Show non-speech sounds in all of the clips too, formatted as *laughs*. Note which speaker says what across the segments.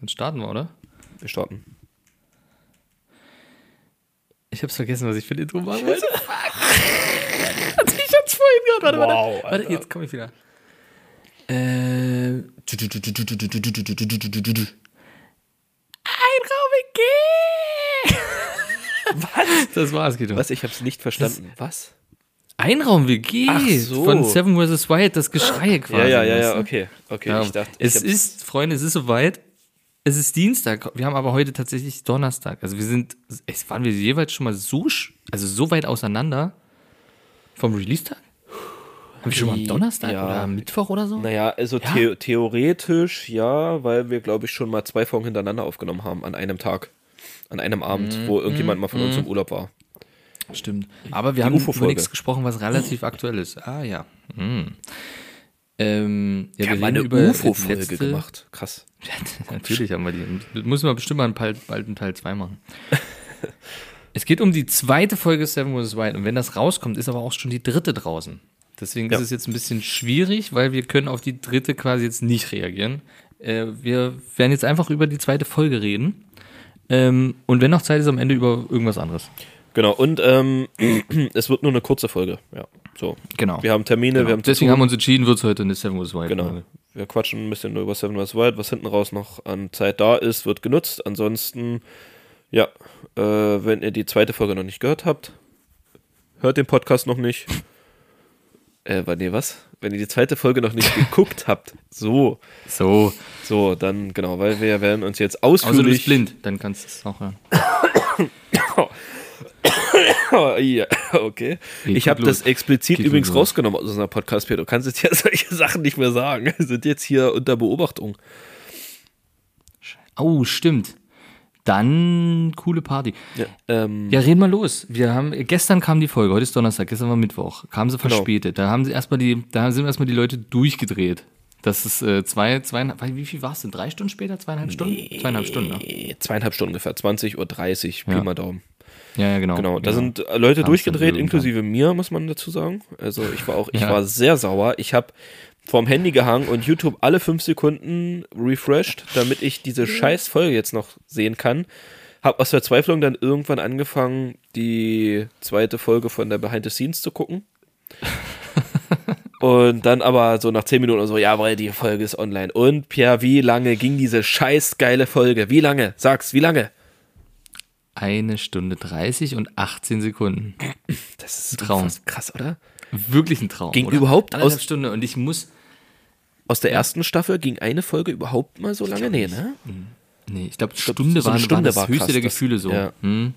Speaker 1: Dann starten wir, oder?
Speaker 2: Wir starten.
Speaker 1: Ich hab's vergessen, was ich für ein Intro machen wollte. *laughs* ich hab's vorhin gehört. Warte, warte.
Speaker 2: Wow,
Speaker 1: warte, jetzt komme ich wieder. Äh. Einraum-WG! Was? Das war's, Guido.
Speaker 2: Was? Ich hab's nicht verstanden. Was?
Speaker 1: Einraum-WG
Speaker 2: Ach so.
Speaker 1: von Seven vs. Wild, das Geschrei quasi.
Speaker 2: ja, ja, ja,
Speaker 1: weißt du?
Speaker 2: okay. Okay,
Speaker 1: Ja,
Speaker 2: ich dachte, ich
Speaker 1: es
Speaker 2: hab's-
Speaker 1: ist, Freunde, es ist soweit. Es ist Dienstag. Wir haben aber heute tatsächlich Donnerstag. Also wir sind, es waren wir jeweils schon mal so, sch- also so weit auseinander vom Release-Tag? Haben wir schon mal am Donnerstag
Speaker 2: Ja.
Speaker 1: oder am Mittwoch oder so?
Speaker 2: Naja, also the theoretisch ja, weil wir, glaube ich, schon mal zwei Folgen hintereinander aufgenommen haben an einem Tag. An einem Abend, wo irgendjemand mal von uns im Urlaub war.
Speaker 1: Stimmt. Aber wir haben über
Speaker 2: UFO-Folge.
Speaker 1: nichts gesprochen, was relativ aktuell ist. Ah ja. Hm. Ähm, ja, wir reden über das letzte-
Speaker 2: Krass.
Speaker 1: *laughs* Natürlich haben wir die. Müssen wir bestimmt mal einen Teil- bald einen Teil 2 machen. es geht um die zweite Folge Seven vs. Wild. Und wenn das rauskommt, ist aber auch schon die dritte draußen. Deswegen
Speaker 2: Ja.
Speaker 1: ist es jetzt ein bisschen schwierig, weil wir können auf die dritte quasi jetzt nicht reagieren. Äh, wir werden jetzt einfach über die zweite Folge reden. Ähm, und wenn noch Zeit ist, am Ende über irgendwas anderes.
Speaker 2: Genau, und ähm, *clears throat* es wird nur eine kurze Folge. Ja, so.
Speaker 1: Genau.
Speaker 2: Wir haben Termine,
Speaker 1: genau.
Speaker 2: wir haben zu
Speaker 1: Deswegen
Speaker 2: tun.
Speaker 1: haben wir uns entschieden, wird es heute eine Seven vs. Wild.
Speaker 2: Genau.
Speaker 1: Folge.
Speaker 2: Wir quatschen ein bisschen nur über Seven West Wild. Was hinten raus noch an Zeit da ist, wird genutzt. Ansonsten, ja, äh, wenn ihr die zweite Folge noch nicht gehört habt, hört den Podcast noch nicht. Äh, wa- nee, was? Wenn ihr die zweite Folge noch
Speaker 1: *laughs*
Speaker 2: nicht geguckt habt, so,
Speaker 1: So.
Speaker 2: so, dann genau, weil wir werden uns jetzt
Speaker 1: Außer du bist
Speaker 2: ausführlich. *laughs*
Speaker 1: blind, dann kannst du es auch hören.
Speaker 2: Oh, ja, okay.
Speaker 1: Geht
Speaker 2: ich habe
Speaker 1: gut los.
Speaker 2: das explizit
Speaker 1: Geht
Speaker 2: übrigens
Speaker 1: gut los.
Speaker 2: rausgenommen aus unserem Podcast, Peter. Du kannst jetzt *laughs* ja solche Sachen nicht mehr sagen. Wir sind jetzt hier unter Beobachtung.
Speaker 1: Oh, stimmt. Dann coole Party.
Speaker 2: Ja, ähm,
Speaker 1: Ja, reden wir los. Wir haben gestern kam die Folge, heute ist Donnerstag, gestern war Mittwoch. Kam
Speaker 2: Genau.
Speaker 1: sie verspätet. Da haben sie erstmal die, da sind erstmal die Leute durchgedreht. Das ist äh, zwei, zweieinhalb, wie viel war es denn? Drei Stunden später? Zweieinhalb Stunden? Zweieinhalb Stunden, ne?
Speaker 2: zweieinhalb Stunden ungefähr, 20.30 Uhr, Pi
Speaker 1: Ja.
Speaker 2: mal Daumen.
Speaker 1: Ja, ja, genau.
Speaker 2: Genau, da
Speaker 1: Ja.
Speaker 2: sind äh, Leute
Speaker 1: Abends dann
Speaker 2: durchgedreht,
Speaker 1: irgendwann.
Speaker 2: inklusive mir, muss man dazu sagen. Also ich war auch, ich
Speaker 1: Ja.
Speaker 2: war sehr sauer. Ich habe vom Handy gehangen und YouTube alle fünf Sekunden refreshed, damit ich diese scheiß Folge jetzt noch sehen kann. Hab aus Verzweiflung dann irgendwann angefangen, die zweite Folge von der Behind the Scenes
Speaker 1: *laughs*
Speaker 2: zu gucken. Und dann aber so nach 10 Minuten oder so, ja, weil die Folge ist online. Und Pierre, wie lange ging diese scheiß geile Folge? Wie lange? Sag's, wie lange?
Speaker 1: Eine Stunde 30 und 18 Sekunden.
Speaker 2: Das ist
Speaker 1: Traum.
Speaker 2: unfassbar krass, oder?
Speaker 1: Wirklich ein Traum.
Speaker 2: Ging überhaupt
Speaker 1: Anderthalb
Speaker 2: aus-
Speaker 1: Stunde und ich muss.
Speaker 2: Aus der ersten Staffel ging eine Folge überhaupt mal so lange? Nee, ne?
Speaker 1: Nee, ich glaube, Stunde,
Speaker 2: so
Speaker 1: war,
Speaker 2: eine
Speaker 1: war
Speaker 2: Stunde
Speaker 1: das
Speaker 2: war
Speaker 1: höchste
Speaker 2: krass,
Speaker 1: der
Speaker 2: das-
Speaker 1: Gefühle so.
Speaker 2: ja.
Speaker 1: Hm.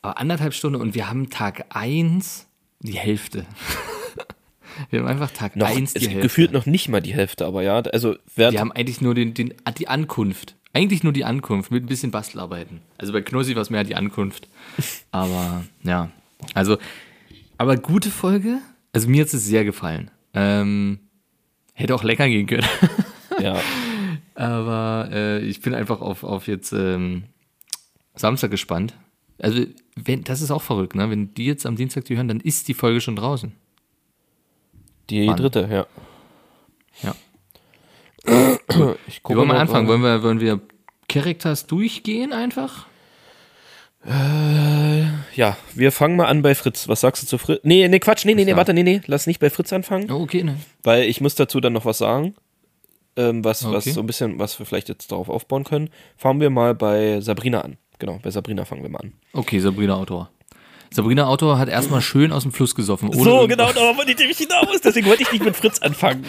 Speaker 1: Aber anderthalb Stunden und wir haben Tag 1 die Hälfte. *laughs* wir haben einfach Tag
Speaker 2: Noch,
Speaker 1: 1 die
Speaker 2: es
Speaker 1: Hälfte.
Speaker 2: gefühlt noch nicht mal die Hälfte, aber ja, also während,
Speaker 1: Wir haben eigentlich nur den, den, ah, die Ankunft. Eigentlich nur die Ankunft mit ein bisschen Bastelarbeiten. Also bei Knossi war es mehr die *laughs* Ankunft. Aber ja, also, aber gute Folge. Also mir hat es sehr gefallen. Ähm, hätte auch lecker gehen können. *laughs*
Speaker 2: ja,
Speaker 1: Aber äh, ich bin einfach auf, auf jetzt ähm, Samstag gespannt. Also, wenn, das ist auch verrückt, ne? Wenn die jetzt am Dienstag die hören, dann ist die Folge schon draußen.
Speaker 2: die
Speaker 1: Mann.
Speaker 2: dritte, ja.
Speaker 1: Ja.
Speaker 2: Ich
Speaker 1: Wie
Speaker 2: gucke äh,
Speaker 1: wollen wir
Speaker 2: mal
Speaker 1: anfangen?
Speaker 2: gerade.
Speaker 1: Wollen wir, wollen wir Characters durchgehen einfach?
Speaker 2: Ja, wir fangen mal an bei Fritz. Was sagst du zu Fritz? Nee, nee, Quatsch, nee, nee, nee,
Speaker 1: da.
Speaker 2: warte, nee, nee, lass nicht bei Fritz anfangen,
Speaker 1: Oh, okay, ne?
Speaker 2: weil ich muss dazu dann noch was sagen, ähm, was, was
Speaker 1: Okay.
Speaker 2: so ein bisschen, was wir vielleicht jetzt darauf aufbauen können. Fangen wir mal bei Sabrina an. Genau, bei Sabrina fangen wir mal an.
Speaker 1: Okay, Sabrina Autor. Sabrina Autor hat erstmal schön aus dem Fluss gesoffen. Ohne
Speaker 2: So,
Speaker 1: irgendwas-
Speaker 2: genau, *laughs* darauf wollte ich nämlich hinaus. Deswegen wollte ich nicht mit Fritz anfangen.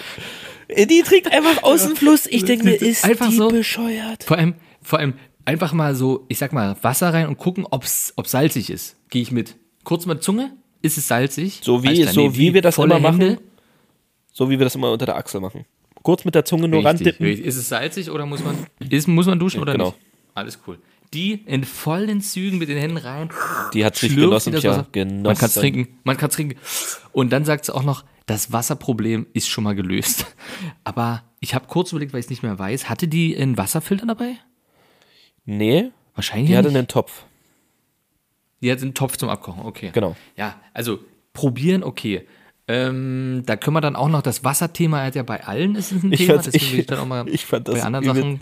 Speaker 2: Äh, Die trinkt einfach aus dem Fluss. Ich denke mir, ist
Speaker 1: Einfach
Speaker 2: die
Speaker 1: so.
Speaker 2: bescheuert.
Speaker 1: Vor allem, vor allem einfach mal so, ich sag mal, Wasser rein und gucken, ob's, ob salzig ist. Gehe ich mit. Kurz mal Zunge, ist es salzig?
Speaker 2: So wie-
Speaker 1: Alles klar,
Speaker 2: so wie wir das
Speaker 1: volle
Speaker 2: immer machen.
Speaker 1: Hände.
Speaker 2: So wie wir das immer unter der Achsel machen. Kurz mit der Zunge nur randippen.
Speaker 1: richtig. Ist es salzig oder muss man, ist, muss man duschen oder
Speaker 2: genau.
Speaker 1: nicht? Alles cool. Die in vollen Zügen mit den Händen rein.
Speaker 2: Die hat sich
Speaker 1: schlürft
Speaker 2: genossen,
Speaker 1: sie das
Speaker 2: Pia.
Speaker 1: Wasser.
Speaker 2: genossen.
Speaker 1: Man kann es trinken, man kann es trinken. Und dann sagt sie auch noch, das Wasserproblem ist schon mal gelöst. *laughs* Aber ich habe kurz überlegt, weil ich es nicht mehr weiß. Hatte die einen Wasserfilter dabei?
Speaker 2: Nee,
Speaker 1: Wahrscheinlich
Speaker 2: die hatte
Speaker 1: nicht.
Speaker 2: einen Topf.
Speaker 1: Die hat einen Topf zum Abkochen, okay.
Speaker 2: Genau.
Speaker 1: Ja, also probieren, okay. Ähm, da können wir dann auch noch das Wasserthema, hat ja bei allen ist es ein
Speaker 2: Ich
Speaker 1: Thema,
Speaker 2: fand's-
Speaker 1: deswegen
Speaker 2: ich-
Speaker 1: will ich dann auch mal
Speaker 2: ich fand das
Speaker 1: bei anderen
Speaker 2: übel-
Speaker 1: Sachen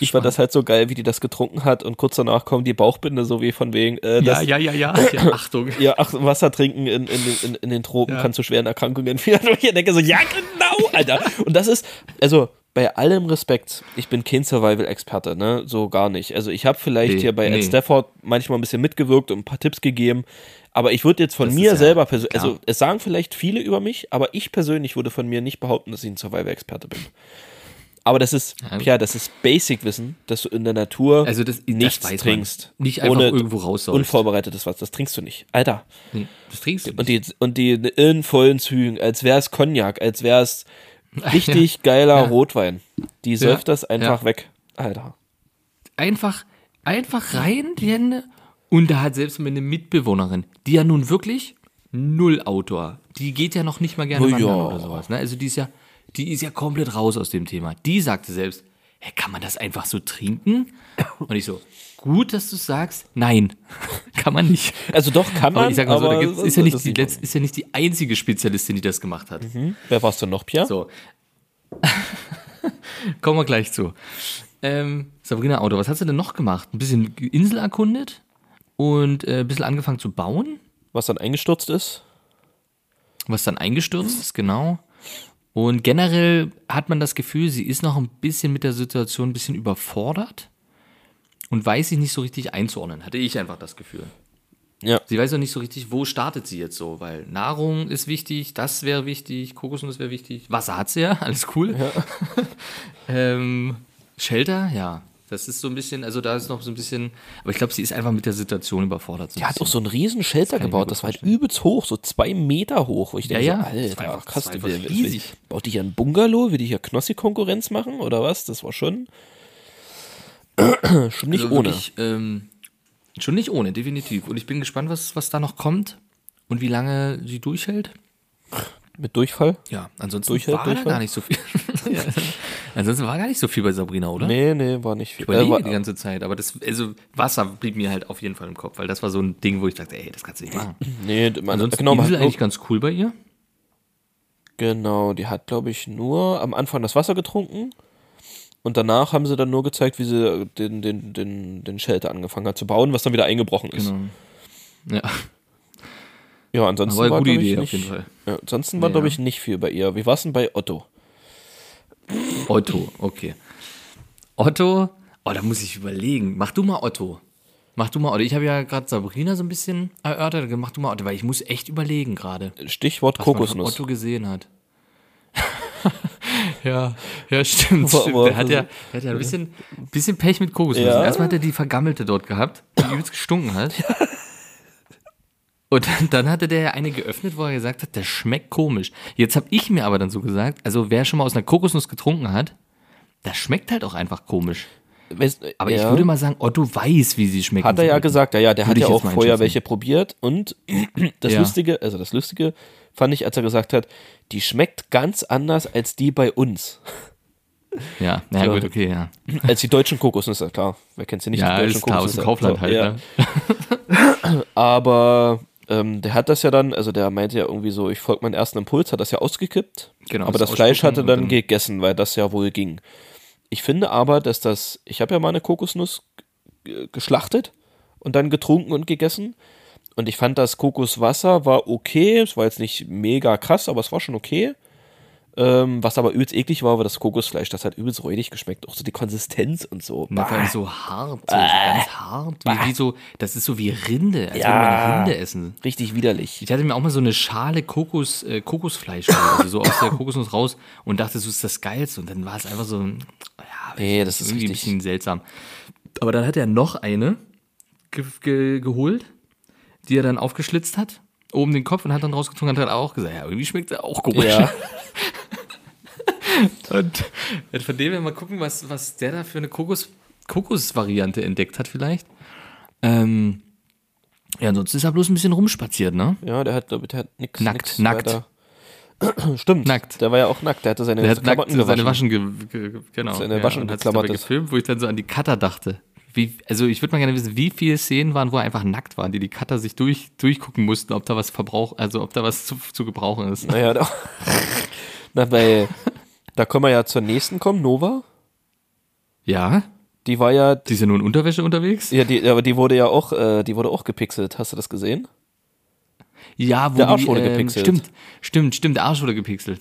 Speaker 2: Ich fand das halt so geil, wie die das getrunken hat und kurz danach kommen die Bauchbinde, so wie von wegen, äh,
Speaker 1: Ja,
Speaker 2: das,
Speaker 1: ja, ja, ja.
Speaker 2: *coughs*
Speaker 1: ja Achtung.
Speaker 2: Ja, ach, Wasser trinken in, in, den- in, in den Tropen
Speaker 1: Ja.
Speaker 2: kann zu schweren Erkrankungen führen. *laughs* Und ich denke so, ja, genau, Alter. Und das ist, also bei allem Respekt, ich bin kein Survival-Experte, ne? So gar nicht. Also ich habe vielleicht
Speaker 1: Nee,
Speaker 2: hier bei
Speaker 1: nee.
Speaker 2: Ed Stafford manchmal ein bisschen mitgewirkt und ein paar Tipps gegeben. Aber ich würde jetzt von
Speaker 1: Das
Speaker 2: mir
Speaker 1: ist ja
Speaker 2: selber persönlich, also
Speaker 1: klar.
Speaker 2: es sagen vielleicht viele über mich, aber ich persönlich würde von mir nicht behaupten, dass ich ein Survival-Experte bin. Aber das ist,
Speaker 1: Ja.
Speaker 2: ja, das ist Basic-Wissen, dass du in der Natur
Speaker 1: Also das- das
Speaker 2: nichts
Speaker 1: weiß man.
Speaker 2: trinkst.
Speaker 1: Nicht einfach irgendwo raussäufst.
Speaker 2: Unvorbereitetes Wasser, das trinkst du nicht. Alter.
Speaker 1: Nee, das trinkst du
Speaker 2: Und
Speaker 1: nicht.
Speaker 2: die, und die in vollen Zügen, als wäre es Cognac, als
Speaker 1: *laughs*
Speaker 2: wäre es richtig geiler Rotwein. Die säuft das einfach
Speaker 1: ja.
Speaker 2: weg. Alter.
Speaker 1: Einfach, einfach rein die Hände. Und da hat selbst meine Mitbewohnerin, die ja nun wirklich null Outdoor. Die geht ja noch nicht mal gerne
Speaker 2: Na
Speaker 1: wandern
Speaker 2: Oh ja.
Speaker 1: oder sowas. Ne? Also die ist ja, die ist ja komplett raus aus dem Thema. Die sagte selbst, hey, kann man das einfach so trinken?
Speaker 2: *coughs*
Speaker 1: Und ich so, gut, dass du sagst, nein, *laughs* kann man nicht.
Speaker 2: Also doch kann
Speaker 1: Aber
Speaker 2: man, aber,
Speaker 1: ich sag mal so, da gibt's, ist, ja
Speaker 2: das
Speaker 1: nicht die
Speaker 2: sieht man
Speaker 1: letzte, ist ja nicht die einzige Spezialistin, die das gemacht hat.
Speaker 2: nicht. Wer warst du noch, Pia?
Speaker 1: So. *laughs* Kommen wir gleich zu. Ähm, Sabrina Auto, was hast du denn noch gemacht? Ein bisschen Insel erkundet und äh, ein bisschen angefangen zu bauen,
Speaker 2: Was dann eingestürzt ist?
Speaker 1: was dann eingestürzt ist, genau. Und generell hat man das Gefühl, sie ist noch ein bisschen mit der Situation ein bisschen überfordert und weiß sich nicht so richtig einzuordnen, hatte ich einfach das Gefühl.
Speaker 2: Ja.
Speaker 1: Sie weiß auch nicht so richtig, wo startet sie jetzt so, weil Nahrung ist wichtig, das wäre wichtig, Kokosnuss wäre wichtig, Wasser hat sie ja, *laughs* alles cool. *laughs* ähm, Shelter, ja. Das ist so ein bisschen, also da ist noch so ein bisschen, aber ich glaube, sie ist einfach mit der Situation überfordert. So ein
Speaker 2: Der hat auch
Speaker 1: bisschen.
Speaker 2: so einen riesen Shelter
Speaker 1: ich mir
Speaker 2: gebaut,
Speaker 1: gut
Speaker 2: das war halt übelst hoch, so zwei Meter hoch, wo ich denke,
Speaker 1: Ja,
Speaker 2: so,
Speaker 1: ja. Das
Speaker 2: Alter,
Speaker 1: war einfach-
Speaker 2: krass,
Speaker 1: das
Speaker 2: du
Speaker 1: war
Speaker 2: will,
Speaker 1: einfach
Speaker 2: will,
Speaker 1: riesig.
Speaker 2: baut die hier ein Bungalow, will die hier Knossi-Konkurrenz machen oder was? Das war schon, *clears throat* schon nicht
Speaker 1: also
Speaker 2: ohne.
Speaker 1: Wirklich, ähm, schon nicht ohne, definitiv. Und ich bin gespannt, was, was da noch kommt und wie lange sie durchhält.
Speaker 2: Mit Durchfall?
Speaker 1: Ja, ansonsten
Speaker 2: Durchhält,
Speaker 1: war da
Speaker 2: durchhält.
Speaker 1: gar nicht so viel. *laughs* ja. Ansonsten war gar nicht so viel bei Sabrina, oder?
Speaker 2: Nee, nee, war nicht viel. Äh,
Speaker 1: Ich überlege
Speaker 2: war,
Speaker 1: die ganze Zeit, aber das, also Wasser blieb mir halt auf jeden Fall im Kopf, weil das war so ein Ding, wo ich dachte, ey, das kannst du nicht machen.
Speaker 2: nee, man,
Speaker 1: Ansonsten
Speaker 2: genau, man
Speaker 1: Insel
Speaker 2: hat nur,
Speaker 1: eigentlich ganz cool bei ihr.
Speaker 2: Genau, die hat, glaube ich, nur am Anfang das Wasser getrunken und danach haben sie dann nur gezeigt, wie sie den, den, den, den Shelter angefangen hat zu bauen, was dann wieder eingebrochen ist.
Speaker 1: Genau. Ja, *laughs*
Speaker 2: Ja, ansonsten
Speaker 1: Aber
Speaker 2: war,
Speaker 1: gute
Speaker 2: glaub ich,
Speaker 1: Idee auf
Speaker 2: nicht,
Speaker 1: jeden Fall.
Speaker 2: Ja, ansonsten war, glaube ich, nicht viel bei ihr. Wie war es denn bei Otto?
Speaker 1: Otto, okay. Otto, oh, da muss ich überlegen. Mach du mal Otto. Mach du mal Otto. Ich habe ja gerade Sabrina so ein bisschen erörtert. Mach du mal Otto, weil ich muss echt überlegen gerade,
Speaker 2: Stichwort
Speaker 1: was man von
Speaker 2: Kokosnuss.
Speaker 1: Otto gesehen hat. *laughs* ja, ja, stimmt.
Speaker 2: Wo-
Speaker 1: stimmt.
Speaker 2: wo-
Speaker 1: Der hat ja, der hat ja ein bisschen, bisschen Pech mit Kokosnüssen.
Speaker 2: Ja.
Speaker 1: Erstmal hat er die vergammelte dort gehabt,
Speaker 2: *laughs*
Speaker 1: die übelst gestunken hat. Und dann, dann hatte der ja eine geöffnet, wo er gesagt hat, der schmeckt komisch. Jetzt habe ich mir aber dann so gesagt, also wer schon mal aus einer Kokosnuss getrunken hat, das schmeckt halt auch einfach komisch.
Speaker 2: Weißt-
Speaker 1: Aber
Speaker 2: ja.
Speaker 1: ich würde mal sagen, Otto weiß, wie sie schmecken.
Speaker 2: Hat er ja
Speaker 1: sollten.
Speaker 2: gesagt, ja, ja, der
Speaker 1: Würde
Speaker 2: hat ja
Speaker 1: ich jetzt
Speaker 2: auch
Speaker 1: mal
Speaker 2: vorher
Speaker 1: einschätzen.
Speaker 2: welche probiert und *clears throat* das
Speaker 1: Ja.
Speaker 2: Lustige, also das Lustige fand ich, als er gesagt hat, die schmeckt ganz anders als die bei uns.
Speaker 1: Ja, naja,
Speaker 2: So.
Speaker 1: gut, okay, ja.
Speaker 2: Als die deutschen Kokosnüsse, klar. Wer kennt sie nicht?
Speaker 1: Ja,
Speaker 2: die deutschen
Speaker 1: ist klar, aus dem Kaufland
Speaker 2: So,
Speaker 1: halt.
Speaker 2: ja.
Speaker 1: Ne?
Speaker 2: Aber ähm, der hat das ja dann, also der meinte ja irgendwie so, ich folge meinem ersten Impuls, hat das ja ausgekippt.
Speaker 1: Genau,
Speaker 2: aber
Speaker 1: das
Speaker 2: das Fleisch
Speaker 1: Ausspucken
Speaker 2: hatte
Speaker 1: und
Speaker 2: dann,
Speaker 1: dann-
Speaker 2: gegessen, weil das ja wohl ging. Ich finde aber, dass das, ich habe ja mal eine Kokosnuss g- äh, geschlachtet und dann getrunken und gegessen. Und ich fand das Kokoswasser war okay. Es war jetzt nicht mega krass, aber es war schon okay. Ähm, was aber übelst eklig war, war das Kokosfleisch. Das hat übelst räudig geschmeckt. Auch so die Konsistenz und so.
Speaker 1: Und vor allem so hart, so, so ganz hart. Wie, wie so, das ist so wie Rinde, als würde man
Speaker 2: Ja.
Speaker 1: eine Rinde essen.
Speaker 2: Richtig widerlich.
Speaker 1: Ich hatte mir auch mal so eine Schale Kokos, äh, Kokosfleisch, geholt, also so aus *laughs* der Kokosnuss raus und dachte, so ist das Geilste. Und dann war es einfach so, ein- ja,
Speaker 2: Nee, das ist
Speaker 1: irgendwie ein
Speaker 2: richtig-
Speaker 1: bisschen seltsam. Aber dann hat er noch eine ge ge geholt, die er dann aufgeschlitzt hat, oben den Kopf und hat dann rausgezogen und hat dann auch gesagt, ja, irgendwie schmeckt er auch komisch.
Speaker 2: *laughs* Ja.
Speaker 1: Und von dem her mal gucken, was, was der da für eine Kokos, Kokos-Variante entdeckt hat, vielleicht. Ähm, ja, ansonsten ist er bloß ein bisschen rumspaziert, ne?
Speaker 2: Ja, der hat, glaube ich, der hat nix.
Speaker 1: Nackt,
Speaker 2: nix
Speaker 1: nackt.
Speaker 2: weiter. *clears throat* Stimmt.
Speaker 1: Nackt.
Speaker 2: Der war ja auch nackt. Der hatte seine
Speaker 1: Der hat nackt
Speaker 2: Klamotten
Speaker 1: seine Waschen
Speaker 2: gewaschen.
Speaker 1: ge ge ge- genau.
Speaker 2: Seine
Speaker 1: ja,
Speaker 2: Waschen
Speaker 1: und hat sich
Speaker 2: geklammert
Speaker 1: dabei
Speaker 2: ist.
Speaker 1: gefilmt, wo ich dann so an die Cutter dachte. Wie, also ich würde mal gerne wissen, wie viele Szenen waren, wo er einfach nackt war, die die Cutter sich durch, durchgucken mussten, ob da was verbrauch, also ob da was zu, zu gebrauchen ist.
Speaker 2: Naja, *laughs* da, na, weil, da können wir ja zur nächsten kommen, Nova.
Speaker 1: Ja,
Speaker 2: Die war ja,
Speaker 1: Die ist ja nur in Unterwäsche unterwegs.
Speaker 2: ja, die, aber die wurde ja auch, äh, die wurde auch gepixelt. Hast du das gesehen?
Speaker 1: Ja, wo
Speaker 2: Der Arsch
Speaker 1: die,
Speaker 2: wurde
Speaker 1: ähm,
Speaker 2: gepixelt.
Speaker 1: Stimmt, stimmt, stimmt, der Arsch wurde gepixelt.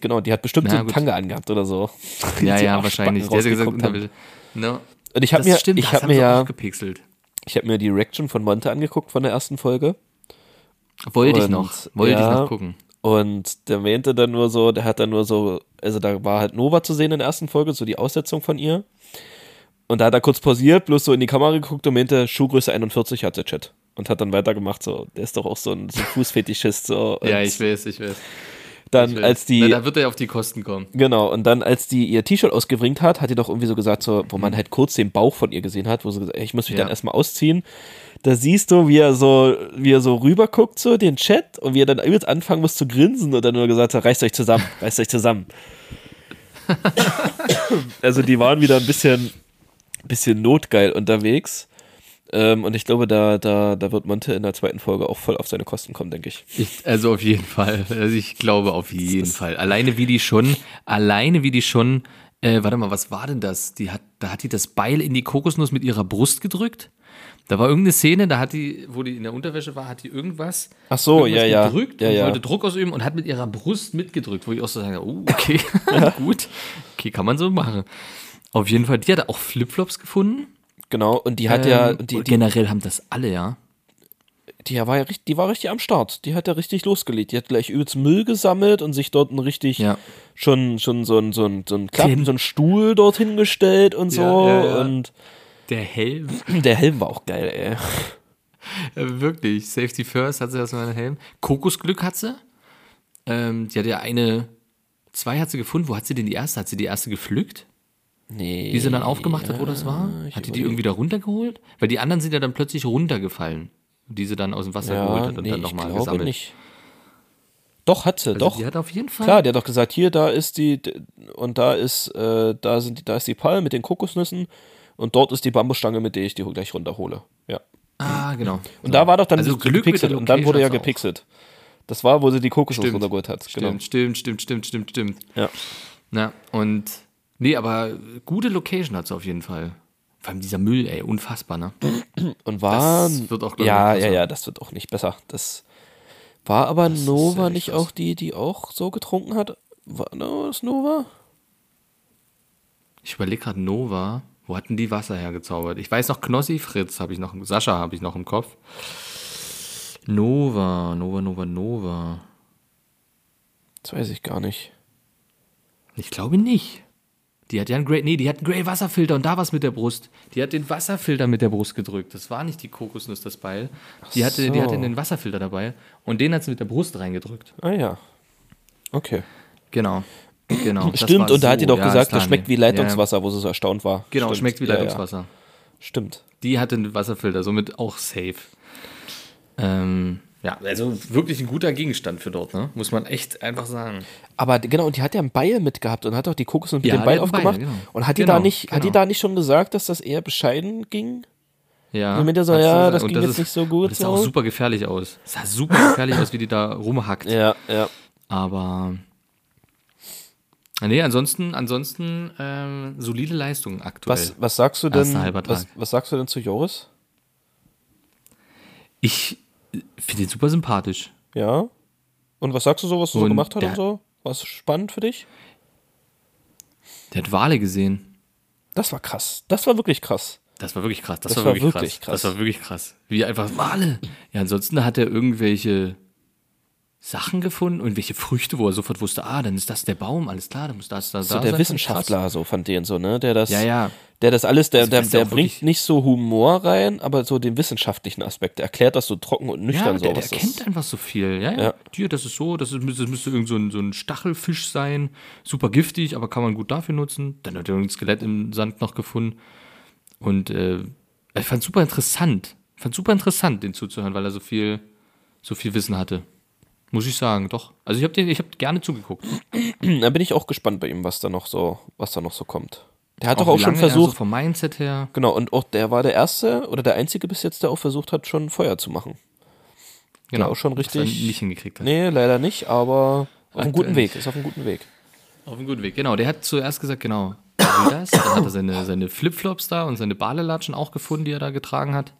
Speaker 2: Genau, die hat bestimmt
Speaker 1: Hm. Na
Speaker 2: so einen
Speaker 1: gut.
Speaker 2: Tanga angeguckt oder so.
Speaker 1: Ja,
Speaker 2: *laughs* Die
Speaker 1: ja,
Speaker 2: Arschbacken
Speaker 1: wahrscheinlich. Der hat ja gesagt,
Speaker 2: rausgeguckt haben.
Speaker 1: Unterwäsche. No.
Speaker 2: Und ich habe mir, ich
Speaker 1: ne? das
Speaker 2: habe
Speaker 1: haben
Speaker 2: mir
Speaker 1: sie
Speaker 2: ja,
Speaker 1: auch gepixelt.
Speaker 2: ich habe mir die Reaction von Monte angeguckt von der ersten Folge.
Speaker 1: Wollte ich
Speaker 2: Und,
Speaker 1: noch, wollte
Speaker 2: ja,
Speaker 1: ich noch gucken.
Speaker 2: Und der meinte dann nur so, der hat dann nur so, also da war halt Nova zu sehen in der ersten Folge, so die Aussetzung von ihr. Und da hat er kurz pausiert, bloß so in die Kamera geguckt und meinte, Schuhgröße 41 hat der Chat. Und hat dann weitergemacht, so, der ist doch auch so ein so ein Fußfetischist, so. Und
Speaker 1: Ja, ich weiß, ich weiß.
Speaker 2: dann
Speaker 1: ich weiß.
Speaker 2: als die,
Speaker 1: Na, da wird er ja auf die Kosten kommen.
Speaker 2: Genau, und dann, als die ihr T-Shirt ausgebringt hat, hat die doch irgendwie so gesagt, so, wo man halt kurz den Bauch von ihr gesehen hat, wo sie gesagt, ey, ich muss mich
Speaker 1: Ja.
Speaker 2: dann erstmal ausziehen. Da siehst du, wie er so, wie er so rüber guckt, so den Chat, und wie er dann übelst anfangen muss zu grinsen und dann nur gesagt hat, reißt euch *laughs* zusammen, reißt euch zusammen. also die waren wieder ein bisschen, bisschen notgeil unterwegs. Ähm, und ich glaube, da, da, da wird Monte in der zweiten Folge auch voll auf seine Kosten kommen, denke ich.
Speaker 1: Ich, also auf jeden Fall. Also ich glaube auf jeden Fall. Alleine wie die schon, alleine wie die schon, äh, warte mal, was war denn das? Die hat, da hat die das Beil in die Kokosnuss mit ihrer Brust gedrückt. Da war irgendeine Szene, da hat die, wo die in der Unterwäsche war, hat die irgendwas,
Speaker 2: Ach so,
Speaker 1: irgendwas
Speaker 2: ja, ja.
Speaker 1: gedrückt
Speaker 2: Ja,
Speaker 1: und
Speaker 2: ja.
Speaker 1: wollte Druck ausüben und hat mit ihrer Brust mitgedrückt, wo ich auch so sage,
Speaker 2: *laughs*
Speaker 1: oh, okay, *laughs* gut, okay, kann man so machen. Auf jeden Fall, die hat auch Flipflops gefunden.
Speaker 2: Genau, und die hat ja,
Speaker 1: Ähm,
Speaker 2: die,
Speaker 1: und
Speaker 2: die,
Speaker 1: generell haben das alle, ja.
Speaker 2: die war ja richtig, die war richtig am Start. Die hat ja richtig losgelegt. Die hat gleich übelst Müll gesammelt und sich dort ein richtig
Speaker 1: Ja.
Speaker 2: schon schon so ein so ein so ein, Klapp,
Speaker 1: Den-
Speaker 2: so ein Stuhl dorthin gestellt und so
Speaker 1: ja, ja.
Speaker 2: und *clears throat*
Speaker 1: Der Helm.
Speaker 2: der Helm war auch geil, ey.
Speaker 1: Ja, Äh, wirklich. Safety first hat sie erstmal einen Helm. Kokosglück hat sie. Ähm, die hat ja eine, zwei hat sie gefunden. Wo hat sie denn die erste? Hat sie die erste gepflückt,
Speaker 2: Nee.
Speaker 1: die sie dann aufgemacht hat, wo das war? Hat die die irgendwie da runtergeholt? Weil die anderen sind ja dann plötzlich runtergefallen, die sie dann aus dem Wasser geholt
Speaker 2: ja,
Speaker 1: hat und
Speaker 2: nee,
Speaker 1: dann
Speaker 2: ich
Speaker 1: nochmal
Speaker 2: glaube
Speaker 1: gesammelt.
Speaker 2: nicht. Doch hat sie,
Speaker 1: Also
Speaker 2: doch.
Speaker 1: Die hat auf jeden Fall.
Speaker 2: Klar, der hat doch gesagt, hier, da ist die d- und da ist äh, da sind die, da ist die Palme mit den Kokosnüssen und dort ist die Bambusstange, mit der ich die gleich runterhole. Ja.
Speaker 1: Ah, genau.
Speaker 2: Und da war doch dann
Speaker 1: Also
Speaker 2: so
Speaker 1: Glück mit
Speaker 2: gepixelt
Speaker 1: der
Speaker 2: und dann wurde ja
Speaker 1: Location auch.
Speaker 2: gepixelt. Das war, wo sie die Kokosnuss
Speaker 1: Stimmt.
Speaker 2: runtergeholt hat.
Speaker 1: Stimmt,
Speaker 2: Genau.
Speaker 1: stimmt, stimmt, stimmt, stimmt, stimmt.
Speaker 2: Ja.
Speaker 1: Na, und. Nee, aber gute Location hat sie auf jeden Fall. Vor allem dieser Müll, ey, unfassbar, ne?
Speaker 2: Und war.
Speaker 1: Das wird auch, glaub ich,
Speaker 2: ja,
Speaker 1: nicht
Speaker 2: ja,
Speaker 1: besser.
Speaker 2: ja, das wird auch nicht besser. Das war aber
Speaker 1: ja
Speaker 2: Nova
Speaker 1: nicht
Speaker 2: nicht
Speaker 1: was.
Speaker 2: auch die, die auch so getrunken hat? War das Nova?
Speaker 1: Ich überlege gerade Nova. Wo hatten die Wasser hergezaubert? Ich weiß noch Knossi Fritz habe ich noch, Sascha habe ich noch im Kopf. Nova, Nova, Nova, Nova.
Speaker 2: Das weiß ich gar nicht.
Speaker 1: Ich glaube nicht. Die hat ja einen Grey, nee, die hat einen Grey Wasserfilter und da was mit der Brust. Die hat den Wasserfilter mit der Brust gedrückt. Das war nicht die Kokosnuss, das Beil. Die hatte, die
Speaker 2: so.
Speaker 1: hatte den Wasserfilter dabei und den hat sie mit der Brust reingedrückt.
Speaker 2: Ah ja. Okay.
Speaker 1: Genau. Genau. das
Speaker 2: Stimmt,
Speaker 1: war
Speaker 2: und da hat
Speaker 1: so.
Speaker 2: die doch
Speaker 1: Ja,
Speaker 2: gesagt, das
Speaker 1: Stani.
Speaker 2: schmeckt wie
Speaker 1: Ja,
Speaker 2: Leitungswasser, wo sie so erstaunt war.
Speaker 1: genau,
Speaker 2: Stimmt.
Speaker 1: schmeckt wie
Speaker 2: Ja, ja.
Speaker 1: Leitungswasser.
Speaker 2: Stimmt.
Speaker 1: Die hatte einen Wasserfilter, somit auch safe. Ähm, ja, also wirklich ein guter Gegenstand für dort, ne? Muss man echt einfach sagen.
Speaker 2: Aber d- genau, und die hat ja ein Beil mitgehabt und hat auch die Kokosnuss mit
Speaker 1: Ja,
Speaker 2: dem
Speaker 1: die
Speaker 2: Beil
Speaker 1: hat ein Beil,
Speaker 2: aufgemacht.
Speaker 1: genau.
Speaker 2: Und hat die,
Speaker 1: Genau,
Speaker 2: da nicht, hat die
Speaker 1: genau.
Speaker 2: da nicht schon gesagt, dass das eher bescheiden ging?
Speaker 1: Ja.
Speaker 2: Und mit der so,
Speaker 1: hat sie
Speaker 2: ja,
Speaker 1: gesagt.
Speaker 2: das
Speaker 1: Und
Speaker 2: ging jetzt nicht so gut
Speaker 1: Das sah auch
Speaker 2: so.
Speaker 1: super gefährlich aus. Das sah super gefährlich aus, wie die da rumhackt.
Speaker 2: Ja, ja.
Speaker 1: Aber. ah, Nee, ansonsten, ansonsten ähm, solide Leistung aktuell.
Speaker 2: Was, was sagst du denn?
Speaker 1: Erster halber
Speaker 2: Was,
Speaker 1: Tag.
Speaker 2: was sagst du denn zu Joris?
Speaker 1: Ich äh, finde ihn super sympathisch.
Speaker 2: Ja. Und was sagst du so, was du so
Speaker 1: Und
Speaker 2: gemacht hast
Speaker 1: der-
Speaker 2: und so? War es spannend für dich?
Speaker 1: Der hat Wale gesehen.
Speaker 2: Das war krass. Das war wirklich krass.
Speaker 1: Das war wirklich krass. Das, war
Speaker 2: Das war
Speaker 1: wirklich,
Speaker 2: wirklich
Speaker 1: krass. Das
Speaker 2: krass.
Speaker 1: war wirklich krass. Wie einfach Wale. Ja, ansonsten hat er irgendwelche Sachen gefunden, irgendwelche Früchte, wo er sofort wusste, ah, dann ist das der Baum, alles klar, dann muss das da
Speaker 2: So
Speaker 1: da
Speaker 2: der
Speaker 1: sein.
Speaker 2: Wissenschaftler so von denen so, ne? Der das,
Speaker 1: Ja, ja.
Speaker 2: der das alles, der,
Speaker 1: Also
Speaker 2: der,
Speaker 1: das ist ja
Speaker 2: der
Speaker 1: auch
Speaker 2: bringt
Speaker 1: wirklich-
Speaker 2: nicht so Humor rein, aber so den wissenschaftlichen Aspekt. Der erklärt das so trocken und
Speaker 1: Ja, der,
Speaker 2: nüchtern so.
Speaker 1: der
Speaker 2: was das-
Speaker 1: kennt einfach so viel. Ja, ja.
Speaker 2: Ja.
Speaker 1: Dir, das ist so, das, ist, das müsste irgend so ein, so ein Stachelfisch sein. Super giftig, aber kann man gut dafür nutzen. Dann hat er ein Skelett im Sand noch gefunden. Und äh, ich fand super interessant. Ich fand super interessant, den zuzuhören, weil er so viel, so viel Wissen hatte. Muss ich sagen, doch. Also ich habe ich hab gerne zugeguckt.
Speaker 2: *clears throat* Da bin ich auch gespannt bei ihm, was da noch so, was da noch so kommt. Der hat doch
Speaker 1: wie
Speaker 2: auch schon
Speaker 1: lange er So
Speaker 2: versucht,
Speaker 1: vom Mindset her.
Speaker 2: genau, und auch der war der erste oder der einzige bis jetzt, der auch versucht hat, schon Feuer zu machen.
Speaker 1: Genau.
Speaker 2: auch schon
Speaker 1: was er
Speaker 2: richtig-
Speaker 1: Nicht hingekriegt hat.
Speaker 2: Nee, leider nicht, aber auf einem
Speaker 1: Aktuell
Speaker 2: guten
Speaker 1: nicht.
Speaker 2: Weg, ist auf einem guten Weg.
Speaker 1: Auf einem guten Weg, genau. Der hat zuerst gesagt, genau, Wie das? Dann hat er seine, seine Flipflops da und seine Badelatschen auch gefunden, die er da getragen hat.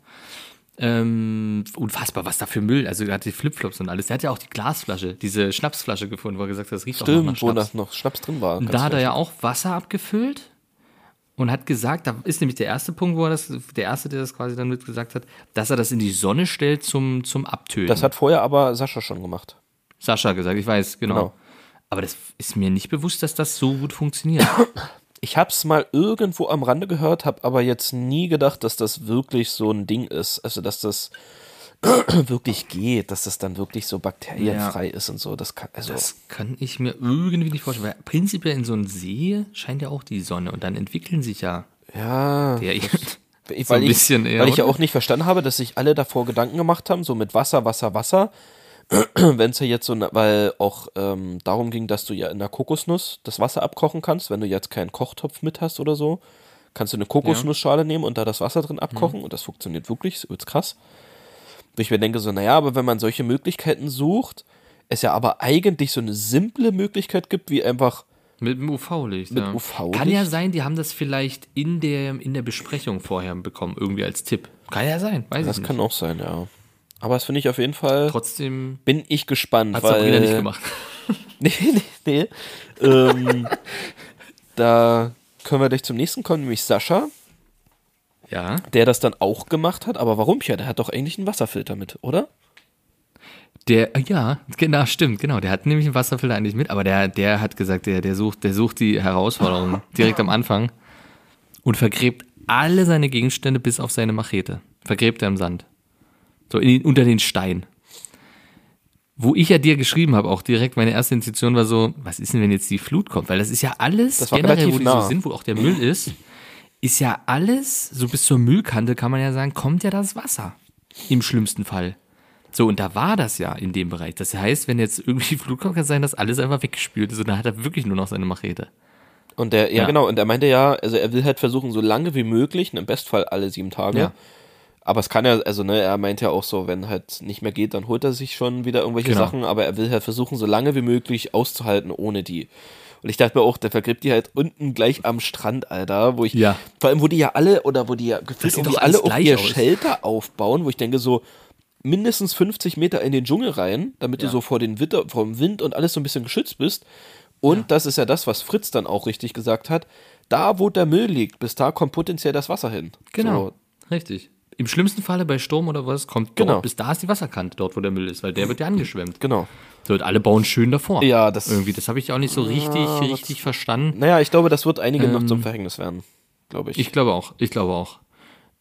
Speaker 1: Ähm, unfassbar, was da für Müll. Also er hat die Flipflops und alles. Er hat ja auch die Glasflasche, diese Schnapsflasche gefunden, wo er gesagt hat, das riecht auch noch nach
Speaker 2: Stimmt, wo
Speaker 1: Schnaps.
Speaker 2: noch, noch Schnaps drin war.
Speaker 1: Und da hat er ja auch Wasser abgefüllt und hat gesagt, da ist nämlich der erste Punkt, wo er das, der erste, der das quasi dann mit gesagt hat, dass er das in die Sonne stellt zum, zum Abtönen.
Speaker 2: das hat vorher aber Sascha schon gemacht.
Speaker 1: Sascha gesagt, ich weiß, genau.
Speaker 2: Genau.
Speaker 1: Aber das ist mir nicht bewusst, dass das so gut funktioniert.
Speaker 2: Ich hab's mal irgendwo am Rande gehört, hab aber jetzt nie gedacht, dass das wirklich so ein Ding ist. Also, dass das *clears throat* wirklich geht, dass das dann wirklich so bakterienfrei ist und so. Das kann, also,
Speaker 1: Das kann ich mir irgendwie nicht vorstellen, weil prinzipiell in so einem See scheint ja auch die Sonne und dann entwickeln sich ja.
Speaker 2: ja.
Speaker 1: Ja, ich,
Speaker 2: Ich-
Speaker 1: so ein bisschen
Speaker 2: ich,
Speaker 1: eher,
Speaker 2: Weil ich ja
Speaker 1: oder?
Speaker 2: auch nicht verstanden habe, dass sich alle davor Gedanken gemacht haben, so mit Wasser, Wasser, Wasser. *clears throat* wenn es ja jetzt so, ne- weil auch ähm, darum ging, dass du ja in der Kokosnuss das Wasser abkochen kannst, wenn du jetzt keinen Kochtopf mit hast oder so, kannst du eine Kokosnussschale nehmen und da das Wasser drin abkochen
Speaker 1: Mhm.
Speaker 2: und das funktioniert wirklich, ist übelst krass. Wo ich mir denke so, naja, aber wenn man solche Möglichkeiten sucht, es ja aber eigentlich so eine simple Möglichkeit gibt, wie einfach,
Speaker 1: mit dem UV-Licht.
Speaker 2: Mit
Speaker 1: ja.
Speaker 2: UV-Licht?
Speaker 1: Kann ja sein, die haben das vielleicht in der, in der Besprechung vorher bekommen, irgendwie als Tipp. Kann ja sein, weiß
Speaker 2: das
Speaker 1: ich
Speaker 2: kann
Speaker 1: nicht.
Speaker 2: auch sein, ja. Aber das finde ich auf jeden Fall,
Speaker 1: Trotzdem
Speaker 2: bin ich gespannt,
Speaker 1: hat
Speaker 2: weil...
Speaker 1: Sabrina nicht gemacht.
Speaker 2: *laughs* Nee, nee, nee. ähm, da können wir gleich zum nächsten kommen, nämlich Sascha,
Speaker 1: *laughs* Ja.
Speaker 2: der das dann auch gemacht hat. Aber warum, Pia? Der hat doch eigentlich einen Wasserfilter mit, oder?
Speaker 1: Der, ja, genau, stimmt, genau. Der hat nämlich einen Wasserfilter eigentlich mit, aber der, der hat gesagt, der, der, sucht, der sucht die
Speaker 2: *laughs*
Speaker 1: Herausforderung direkt am Anfang und vergräbt alle seine Gegenstände bis auf seine Machete. Vergräbt er im Sand. So in, unter den Stein. Wo ich ja dir geschrieben habe, auch direkt, meine erste Intention war so, was ist denn, wenn jetzt die Flut kommt? Weil das ist ja alles,
Speaker 2: Das war relativ
Speaker 1: wo die
Speaker 2: nah. Mhm.
Speaker 1: so sind, wo auch der Müll ist, ist ja alles, so bis zur Müllkante kann man ja sagen, kommt ja das Wasser. Im schlimmsten Fall. So, und da war das ja in dem Bereich. Das heißt, wenn jetzt irgendwie *laughs* Flut kommt, kann es sein, dass alles einfach weggespült ist und dann hat er wirklich nur noch seine Machete.
Speaker 2: Und der, ja,
Speaker 1: Ja.
Speaker 2: genau, und er meinte ja, also er will halt versuchen, so lange wie möglich, und im Bestfall alle sieben Tage.
Speaker 1: Ja.
Speaker 2: Aber es kann ja, also ne, er meint ja auch so, wenn halt nicht mehr geht, dann holt er sich schon wieder irgendwelche
Speaker 1: Genau.
Speaker 2: Sachen, aber er will halt versuchen, so lange wie möglich auszuhalten ohne die. Und ich dachte mir auch, der vergräbt die halt unten gleich am Strand, Alter, wo ich,
Speaker 1: Ja.
Speaker 2: vor allem, wo die ja alle, oder wo die ja gefühlt
Speaker 1: sieht
Speaker 2: irgendwie
Speaker 1: doch alles
Speaker 2: alle auch
Speaker 1: gleich
Speaker 2: ihr
Speaker 1: aus.
Speaker 2: Shelter aufbauen, wo ich denke so, mindestens 50 Meter in den Dschungel rein, damit
Speaker 1: Ja.
Speaker 2: du so vor den Witter, vom Wind und alles so ein bisschen geschützt bist. Und das ist ja das, was Fritz dann auch richtig gesagt hat. Da, wo der Müll liegt, bis da kommt potenziell das Wasser hin.
Speaker 1: Genau.
Speaker 2: So,
Speaker 1: Richtig. Im schlimmsten Falle bei Sturm oder was kommt
Speaker 2: Genau.
Speaker 1: dort, bis da ist die Wasserkante, dort wo der Müll ist, weil der wird
Speaker 2: *clears throat*
Speaker 1: ja angeschwemmt.
Speaker 2: genau.
Speaker 1: So, und alle bauen schön davor.
Speaker 2: Ja, das-
Speaker 1: Irgendwie, das habe ich auch nicht so richtig, richtig verstanden.
Speaker 2: Naja, ich glaube, das wird einigen noch zum Verhängnis werden. Glaube ich.
Speaker 1: Ähm. Ich glaube auch, ich glaube auch.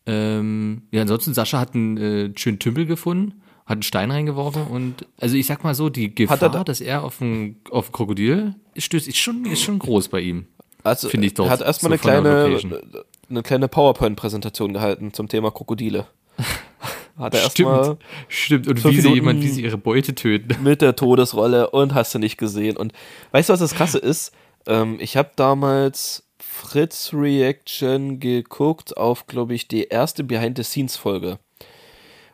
Speaker 1: Ähm, ja, ansonsten, Sascha hat einen äh, schönen Tümpel gefunden, hat einen Stein reingeworfen und, also ich sag mal so, die Gefahr,
Speaker 2: er da-
Speaker 1: dass er auf ein, auf ein Krokodil stößt, ist schon, ist schon groß bei ihm.
Speaker 2: also,
Speaker 1: finde ich doch
Speaker 2: er hat erstmal
Speaker 1: so
Speaker 2: eine
Speaker 1: von der
Speaker 2: kleine,
Speaker 1: Location.
Speaker 2: eine kleine PowerPoint-Präsentation gehalten zum
Speaker 1: *laughs*
Speaker 2: Thema Krokodile. Hat er erstmal
Speaker 1: Stimmt, stimmt. Und
Speaker 2: fünf
Speaker 1: wie sie,
Speaker 2: Minuten-
Speaker 1: jemand, wie sie ihre Beute töten. *laughs*
Speaker 2: mit der Todesrolle und hast du nicht gesehen. Und weißt du, was das Krasse ist? Ähm, ich habe damals Fritz Reaction geguckt auf, glaube ich, die erste Behind-the-Scenes-Folge.